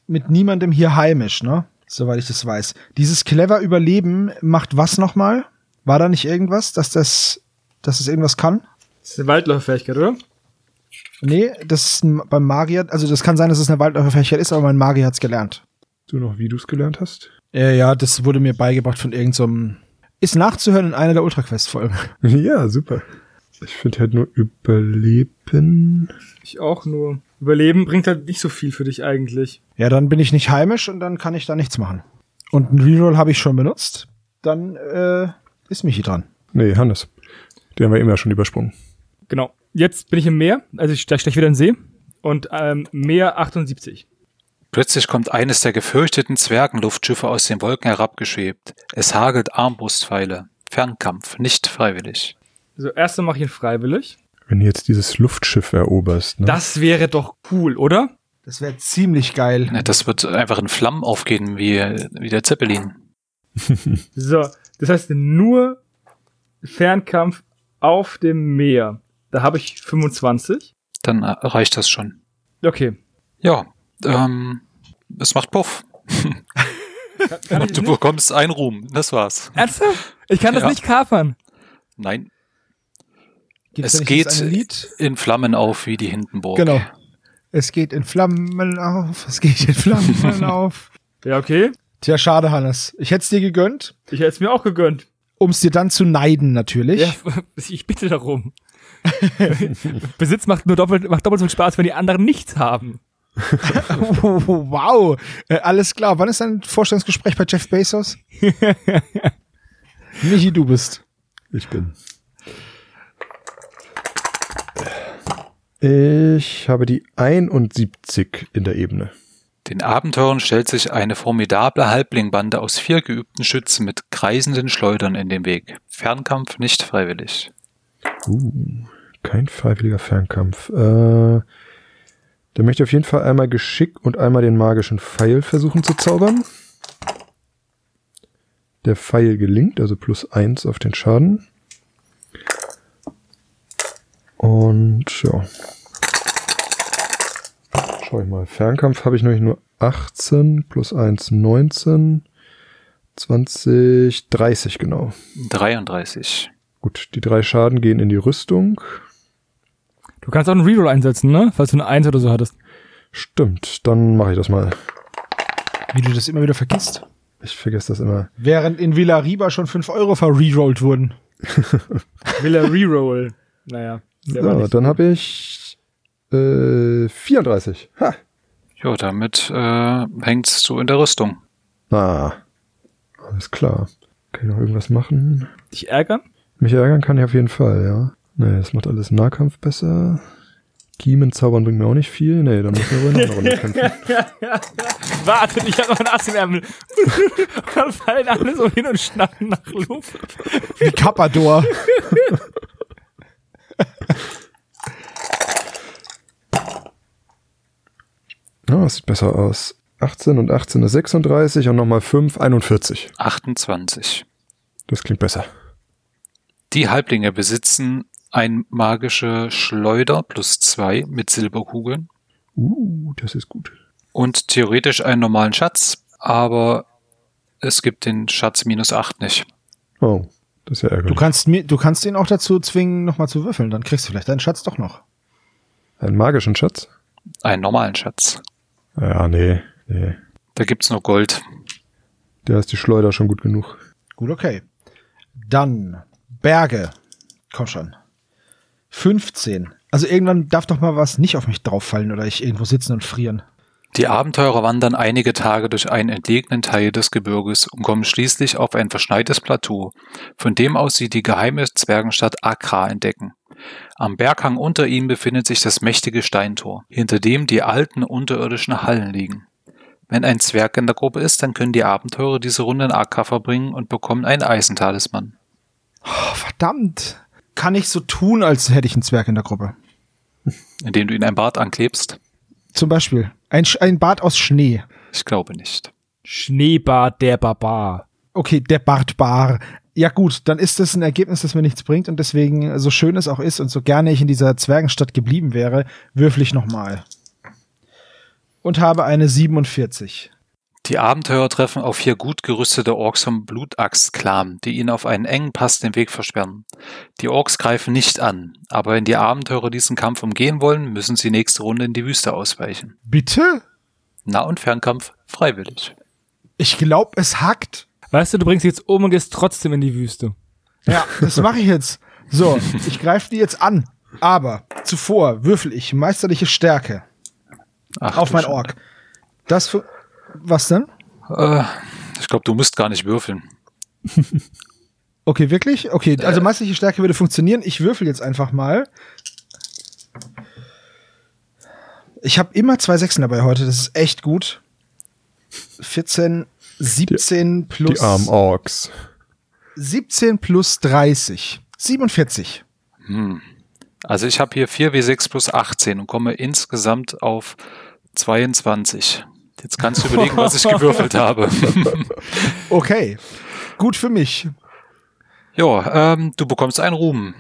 [SPEAKER 1] mit niemandem hier heimisch, ne? Soweit ich das weiß. Dieses clever Überleben macht was nochmal? War da nicht irgendwas, dass das, dass es irgendwas kann?
[SPEAKER 2] Das ist eine Waldläuferfähigkeit, oder?
[SPEAKER 1] Nee, das ist ein, beim Magier, also das kann sein, dass es eine Waldläuferfähigkeit ist, aber mein Magier hat's gelernt.
[SPEAKER 3] Du noch, wie du es gelernt hast?
[SPEAKER 1] Ja, ja, das wurde mir beigebracht von irgendeinem. ist nachzuhören in einer der Ultraquest-Folgen.
[SPEAKER 3] Ja, super. Ich finde halt nur Überleben.
[SPEAKER 2] Ich auch nur. Überleben bringt halt nicht so viel für dich eigentlich.
[SPEAKER 1] Ja, dann bin ich nicht heimisch und dann kann ich da nichts machen. Und einen Reroll habe ich schon benutzt. Dann äh, ist Michi dran.
[SPEAKER 3] Nee, Hannes. Den haben wir eben ja schon übersprungen.
[SPEAKER 2] Genau. Jetzt bin ich im Meer, also ich steige gleich wieder in den See. Und ähm, Meer 78.
[SPEAKER 4] Plötzlich kommt eines der gefürchteten Zwergenluftschiffe aus den Wolken herabgeschwebt. Es hagelt Armbrustpfeile. Fernkampf, nicht freiwillig.
[SPEAKER 2] Also erste mache ich ihn freiwillig.
[SPEAKER 3] Wenn du jetzt dieses Luftschiff eroberst, ne?
[SPEAKER 2] Das wäre doch cool, oder?
[SPEAKER 1] Das wäre ziemlich geil.
[SPEAKER 4] Ja, Das wird einfach in Flammen aufgehen wie, wie der Zeppelin.
[SPEAKER 2] So, das heißt nur Fernkampf auf dem Meer. Da habe ich 25.
[SPEAKER 4] Dann reicht das schon.
[SPEAKER 2] Okay.
[SPEAKER 4] Ja, ähm, es macht Puff.
[SPEAKER 2] Kann, kann ich
[SPEAKER 4] Du
[SPEAKER 2] das nicht?
[SPEAKER 4] bekommst einen Ruhm. Das war's.
[SPEAKER 2] Ernsthaft? Ich kann das
[SPEAKER 4] Ja.
[SPEAKER 2] nicht kapern.
[SPEAKER 4] Nein,
[SPEAKER 1] Gibt's da
[SPEAKER 4] es
[SPEAKER 1] nicht
[SPEAKER 4] geht-
[SPEAKER 1] dieses eine Lied?
[SPEAKER 4] in Flammen auf wie die Hindenburg.
[SPEAKER 1] Genau. Es geht in Flammen auf, es geht in Flammen auf.
[SPEAKER 2] Ja, okay.
[SPEAKER 1] Tja, schade, Hannes. Ich hätte es dir gegönnt,
[SPEAKER 2] Ich hätte es mir auch gegönnt.
[SPEAKER 1] um es dir dann zu neiden, natürlich.
[SPEAKER 2] Ja, ich bitte darum. Besitz macht nur doppelt, macht doppelt so viel Spaß, wenn die anderen nichts haben.
[SPEAKER 1] wow. Äh, alles klar. Wann ist dein Vorstellungsgespräch bei Jeff Bezos? Michi, du bist.
[SPEAKER 3] Ich bin. Ich habe die 71 in der Ebene.
[SPEAKER 4] Den Abenteurern stellt sich eine formidable Halblingbande aus vier geübten Schützen mit kreisenden Schleudern in den Weg. Fernkampf nicht freiwillig.
[SPEAKER 3] Uh, kein freiwilliger Fernkampf. Äh, da möchte ich auf jeden Fall einmal Geschick und einmal den magischen Pfeil versuchen zu zaubern. Der Pfeil gelingt, also plus eins auf den Schaden. Und ja. Schau ich mal. Fernkampf habe ich nämlich nur 18 plus 1, 19, 20, 30 genau.
[SPEAKER 4] 33.
[SPEAKER 3] Gut, die drei Schaden gehen in die Rüstung.
[SPEAKER 2] Du kannst auch einen Reroll einsetzen, ne? Falls du eine Eins oder so hattest.
[SPEAKER 3] Stimmt, dann mache ich das mal.
[SPEAKER 1] Wie du das immer wieder vergisst.
[SPEAKER 3] Ich vergesse das immer.
[SPEAKER 1] Während in Villariba schon 5 Euro verrerollt wurden.
[SPEAKER 2] Will er Reroll? Naja. Der war
[SPEAKER 3] so,
[SPEAKER 2] nicht
[SPEAKER 3] dann habe ich äh, 34. Ha.
[SPEAKER 4] Jo, damit äh, hängst du in der Rüstung.
[SPEAKER 3] Na, alles klar. Kann ich noch irgendwas machen?
[SPEAKER 2] dich ärgern?
[SPEAKER 3] Mich ärgern kann ich auf jeden Fall, ja. Nee, das macht alles Nahkampf besser. Kiemen zaubern bringt mir auch nicht viel. Nee, dann müssen wir wohl noch eine Runde kämpfen.
[SPEAKER 2] Wartet, ich habe noch einen Ass im Ärmel. Und dann fallen alle so hin und schnappen nach Luft.
[SPEAKER 1] Wie Kappador.
[SPEAKER 3] Ja, das sieht besser aus. 18 und 18 ist 36 und nochmal 5, 41.
[SPEAKER 4] 28.
[SPEAKER 3] Das klingt besser.
[SPEAKER 4] Die Halblinge besitzen ein magische Schleuder plus zwei mit Silberkugeln
[SPEAKER 3] Uh, das ist gut.
[SPEAKER 4] und theoretisch einen normalen Schatz, aber es gibt den Schatz minus acht nicht.
[SPEAKER 3] Oh, das ist ja
[SPEAKER 1] Du
[SPEAKER 3] ärgerlich.
[SPEAKER 1] kannst, mir, du kannst ihn auch dazu zwingen, nochmal zu würfeln. Dann kriegst du vielleicht deinen Schatz doch noch.
[SPEAKER 3] Einen magischen Schatz?
[SPEAKER 4] Einen normalen Schatz.
[SPEAKER 3] Ja, nee, nee.
[SPEAKER 4] Da gibt's nur Gold.
[SPEAKER 3] Der ist die Schleuder schon gut genug.
[SPEAKER 1] Gut, okay. Dann Berge. Komm schon. 15. Also irgendwann darf doch mal was nicht auf mich drauffallen oder ich irgendwo sitzen und frieren.
[SPEAKER 4] Die Abenteurer wandern einige Tage durch einen entlegenen Teil des Gebirges und kommen schließlich auf ein verschneites Plateau, von dem aus sie die geheime Zwergenstadt Akra entdecken. Am Berghang unter ihnen befindet sich das mächtige Steintor, hinter dem die alten unterirdischen Hallen liegen. Wenn ein Zwerg in der Gruppe ist, dann können die Abenteurer diese Runde in Akra verbringen und bekommen einen Eisentalisman.
[SPEAKER 1] Oh, verdammt. Kann ich so tun, als hätte ich einen Zwerg in der Gruppe.
[SPEAKER 4] Indem du ihn ein Bart anklebst?
[SPEAKER 1] Zum Beispiel ein, Sch- ein Bart aus Schnee.
[SPEAKER 4] Ich glaube nicht.
[SPEAKER 2] Schneebart der Barbar.
[SPEAKER 1] Okay, der Bartbar. Ja gut, dann ist das ein Ergebnis, das mir nichts bringt und deswegen, so schön es auch ist und so gerne ich in dieser Zwergenstadt geblieben wäre, würfel ich nochmal. Und habe eine 47.
[SPEAKER 4] Die Abenteurer treffen auf vier gut gerüstete Orks vom Blutaxt-Clan, die ihnen auf einen engen Pass den Weg versperren. Die Orks greifen nicht an, aber wenn die Abenteurer diesen Kampf umgehen wollen, müssen sie nächste Runde in die Wüste ausweichen.
[SPEAKER 1] Bitte?
[SPEAKER 4] Nah- und Fernkampf freiwillig.
[SPEAKER 1] Ich glaube, es hackt.
[SPEAKER 2] Weißt du, du bringst jetzt um und gehst trotzdem in die Wüste.
[SPEAKER 1] Ja, das mache ich jetzt. So, ich greife die jetzt an. Aber zuvor würfel ich meisterliche Stärke
[SPEAKER 4] Ach,
[SPEAKER 1] auf
[SPEAKER 4] du
[SPEAKER 1] mein
[SPEAKER 4] Schande.
[SPEAKER 1] Ork. Das für. Was denn?
[SPEAKER 4] Äh, ich glaube, du musst gar nicht würfeln.
[SPEAKER 1] Okay, wirklich? Okay, also meisterliche Stärke würde funktionieren. Ich würfel jetzt einfach mal. Ich habe immer zwei Sechsen dabei heute. Das ist echt gut. 14, 17
[SPEAKER 3] Die
[SPEAKER 1] plus
[SPEAKER 3] armen Orks.
[SPEAKER 1] 17 plus 30. 47.
[SPEAKER 4] Hm. Also ich habe hier 4W6 plus 18 und komme insgesamt auf 22. Jetzt kannst du überlegen, was ich gewürfelt habe.
[SPEAKER 1] Okay. Gut für mich.
[SPEAKER 4] jo, ähm, du bekommst einen Ruhm.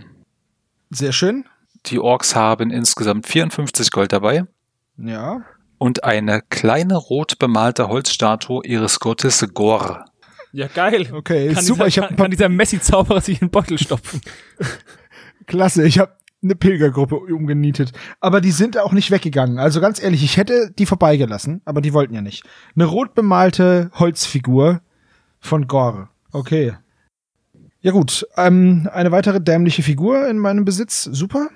[SPEAKER 1] Sehr schön.
[SPEAKER 4] Die Orks haben insgesamt 54 Gold dabei
[SPEAKER 1] Ja.
[SPEAKER 4] und eine kleine rot bemalte Holzstatue ihres Gottes Gor.
[SPEAKER 2] Ja, geil.
[SPEAKER 1] Okay,
[SPEAKER 2] Kann
[SPEAKER 1] super.
[SPEAKER 2] Dieser,
[SPEAKER 1] ich habe
[SPEAKER 2] kann, kann dieser Messi-Zauberer sich in den Beutel stopfen?
[SPEAKER 1] Klasse, ich habe eine Pilgergruppe umgenietet. Aber die sind auch nicht weggegangen. Also ganz ehrlich, ich hätte die vorbeigelassen, aber die wollten ja nicht. Eine rot bemalte Holzfigur von Gore. Okay. Ja gut, ähm, eine weitere dämliche Figur in meinem Besitz. Super.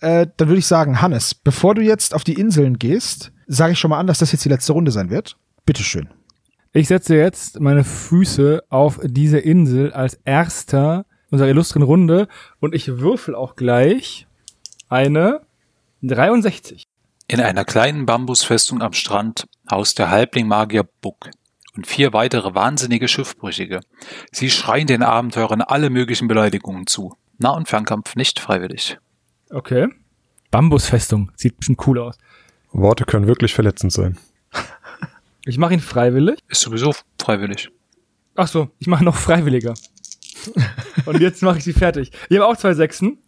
[SPEAKER 1] Äh, dann würde ich sagen, Hannes, bevor du jetzt auf die Inseln gehst, sage ich schon mal an, dass das jetzt die letzte Runde sein wird. Bitteschön.
[SPEAKER 2] Ich setze jetzt meine Füße auf diese Insel als erster unserer illustren Runde und ich würfel auch gleich eine 63.
[SPEAKER 4] In einer kleinen Bambusfestung am Strand haust der Halbling-Magier Buck und vier weitere wahnsinnige Schiffbrüchige. Sie schreien den Abenteurern alle möglichen Beleidigungen zu. Nah- und Fernkampf nicht freiwillig.
[SPEAKER 2] Okay. Bambusfestung. Sieht schon cool aus.
[SPEAKER 3] Worte können wirklich verletzend sein.
[SPEAKER 2] Ich mache ihn freiwillig.
[SPEAKER 4] Ist sowieso freiwillig.
[SPEAKER 2] Ach so, ich mache noch freiwilliger. und jetzt mache ich sie fertig. Ich habe auch zwei Sechsen.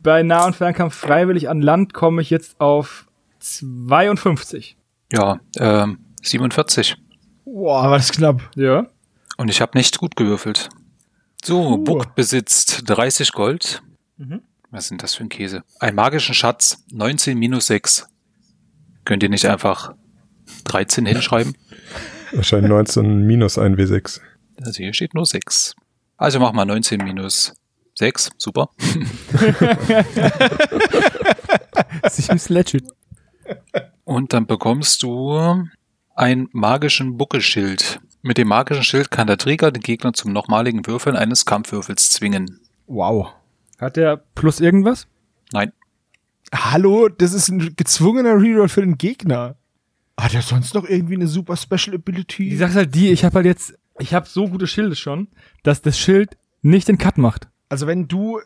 [SPEAKER 2] Bei Nah- und Fernkampf freiwillig an Land komme ich jetzt auf 52.
[SPEAKER 4] Ja, ähm, 47.
[SPEAKER 1] Boah, war das knapp.
[SPEAKER 2] Ja.
[SPEAKER 4] Und ich habe nicht gut gewürfelt. So,
[SPEAKER 1] Puh.
[SPEAKER 4] Buck besitzt 30 Gold.
[SPEAKER 2] Mhm.
[SPEAKER 4] Was sind das für ein Käse? Einen magischen Schatz, 19 minus 6. Könnt ihr nicht einfach 13 hinschreiben?
[SPEAKER 3] Wahrscheinlich 19 minus 1 W6.
[SPEAKER 4] Also hier steht nur 6. Also mach mal 19 minus 6. Super.
[SPEAKER 2] Das ist legit.
[SPEAKER 4] Und dann bekommst du einen magischen Buckelschild. Mit dem magischen Schild kann der Träger den Gegner zum nochmaligen Würfeln eines Kampfwürfels zwingen.
[SPEAKER 1] Wow.
[SPEAKER 2] Hat der plus irgendwas?
[SPEAKER 4] Nein,
[SPEAKER 1] Hallo, das ist ein gezwungener Reroll für den Gegner. Hat er sonst noch irgendwie eine super Special Ability?
[SPEAKER 2] Die Sache ist halt die, ich habe halt jetzt, ich habe so gute Schilde schon, dass das Schild nicht den Cut macht.
[SPEAKER 1] also wenn du, äh,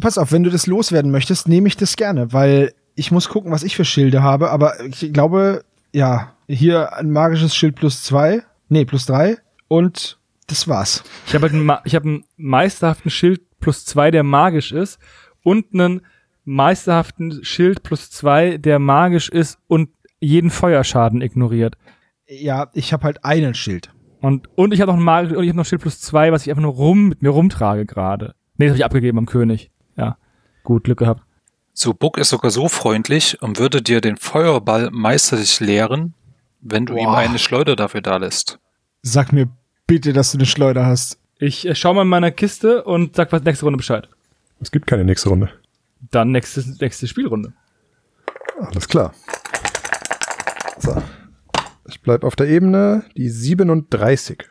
[SPEAKER 1] pass auf, wenn du das loswerden möchtest, nehme ich das gerne, weil ich muss gucken, was ich für Schilde habe, aber ich glaube, ja, hier ein magisches Schild plus zwei, nee, plus drei und das war's.
[SPEAKER 2] Ich habe halt einen, Ma- ich hab einen meisterhaften Schild plus zwei, der magisch ist und einen meisterhaften Schild plus zwei, der magisch ist und jeden Feuerschaden ignoriert.
[SPEAKER 1] Ja, ich habe halt einen Schild.
[SPEAKER 2] Und, und ich habe noch einen magisch, und ich habe noch Schild plus zwei, was ich einfach nur rum mit mir rumtrage gerade. Nee, das habe ich abgegeben am König. Ja, gut, Glück gehabt.
[SPEAKER 4] Subuk ist sogar so freundlich und würde dir den Feuerball meisterlich leeren, wenn du ihm
[SPEAKER 1] Boah.
[SPEAKER 4] eine Schleuder dafür dalässt.
[SPEAKER 1] Sag mir bitte, dass du eine Schleuder hast.
[SPEAKER 2] Ich äh, schau mal in meiner Kiste und sag was nächste Runde Bescheid.
[SPEAKER 3] Es gibt keine nächste Runde.
[SPEAKER 2] Dann nächste, nächste Spielrunde.
[SPEAKER 3] Alles klar. So. Ich bleib auf der Ebene, die 37.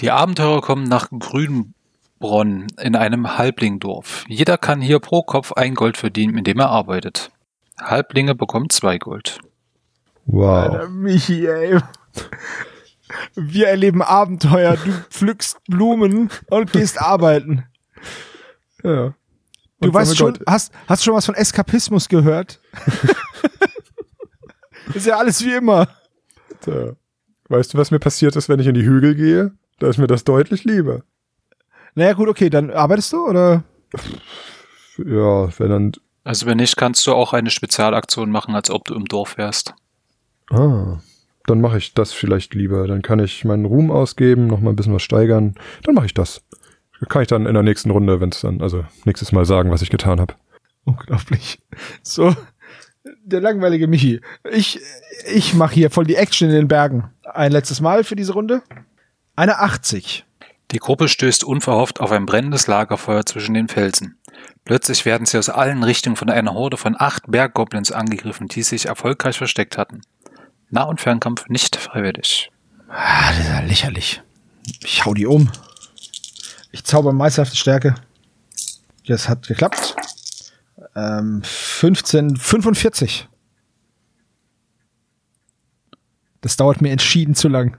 [SPEAKER 4] Die Abenteurer kommen nach Grünbronn in einem Halblingdorf. Jeder kann hier pro Kopf ein Gold verdienen, indem er arbeitet. Halblinge bekommen zwei Gold.
[SPEAKER 3] Wow.
[SPEAKER 1] Michi, ey. Wir erleben Abenteuer. Du pflückst Blumen und gehst arbeiten.
[SPEAKER 3] Ja.
[SPEAKER 1] Du
[SPEAKER 3] Und
[SPEAKER 1] weißt
[SPEAKER 3] sammel
[SPEAKER 1] schon,
[SPEAKER 3] Gold.
[SPEAKER 1] hast, hast schon was von Eskapismus gehört? ist ja alles wie immer.
[SPEAKER 3] Tja. Weißt du, was mir passiert ist, wenn ich in die Hügel gehe? Da ist mir das deutlich lieber.
[SPEAKER 1] Naja, gut, okay, dann arbeitest du oder?
[SPEAKER 3] Ja, wenn dann.
[SPEAKER 4] Also wenn nicht, kannst du auch eine Spezialaktion machen, als ob du im Dorf wärst.
[SPEAKER 3] Ah. Dann mache ich das vielleicht lieber. Dann kann ich meinen Ruhm ausgeben, noch mal ein bisschen was steigern. Dann mache ich das. Kann ich dann in der nächsten Runde, wenn es dann, also nächstes Mal sagen, was ich getan habe.
[SPEAKER 1] Unglaublich. So, der langweilige Michi. Ich, ich mache hier voll die Action in den Bergen. Ein letztes Mal für diese Runde. Eine 80.
[SPEAKER 4] Die Gruppe stößt unverhofft auf ein brennendes Lagerfeuer zwischen den Felsen. Plötzlich werden sie aus allen Richtungen von einer Horde von acht Berggoblins angegriffen, die sich erfolgreich versteckt hatten. Nah- und Fernkampf nicht freiwillig.
[SPEAKER 1] Ah, das ist ja lächerlich. Ich hau die um. Ich zauber meisterhafte Stärke. Das hat geklappt. Ähm, 15, 45. Das dauert mir entschieden zu lang.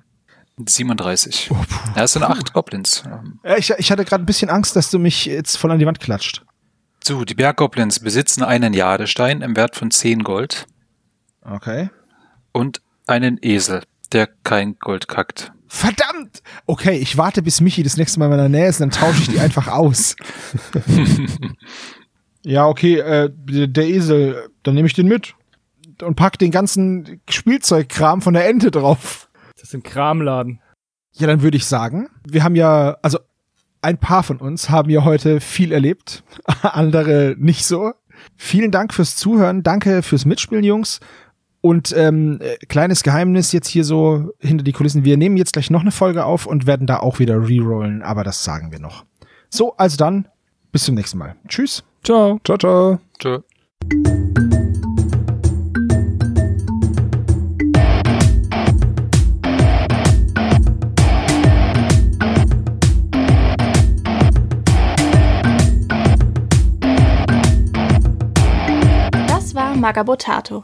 [SPEAKER 4] 37. Ja, es sind acht Goblins. Ähm,
[SPEAKER 1] Äh, Ich, ich hatte gerade ein bisschen Angst, dass du mich jetzt voll an die Wand klatscht.
[SPEAKER 4] So, die Berggoblins besitzen einen Jadestein im Wert von 10 Gold
[SPEAKER 1] Okay.
[SPEAKER 4] und einen Esel, der kein Gold kackt.
[SPEAKER 1] Verdammt! Okay, ich warte, bis Michi das nächste Mal in meiner Nähe ist, dann tausche ich die einfach aus. ja, okay, äh, der der Esel, dann nehme ich den mit und pack den ganzen Spielzeugkram von der Ente drauf.
[SPEAKER 2] Das ist ein Kramladen.
[SPEAKER 1] Ja, dann würde ich sagen, wir haben ja, also ein paar von uns haben ja heute viel erlebt, andere nicht so. Vielen Dank fürs Zuhören, danke fürs Mitspielen, Jungs. Und ähm, äh, kleines Geheimnis jetzt hier so hinter die Kulissen. Wir nehmen jetzt gleich noch eine Folge auf und werden da auch wieder rerollen, aber das sagen wir noch. So, also dann, bis zum nächsten Mal. Tschüss.
[SPEAKER 2] Ciao.
[SPEAKER 3] Ciao, ciao.
[SPEAKER 4] Tschö.
[SPEAKER 5] Das war Magabotato,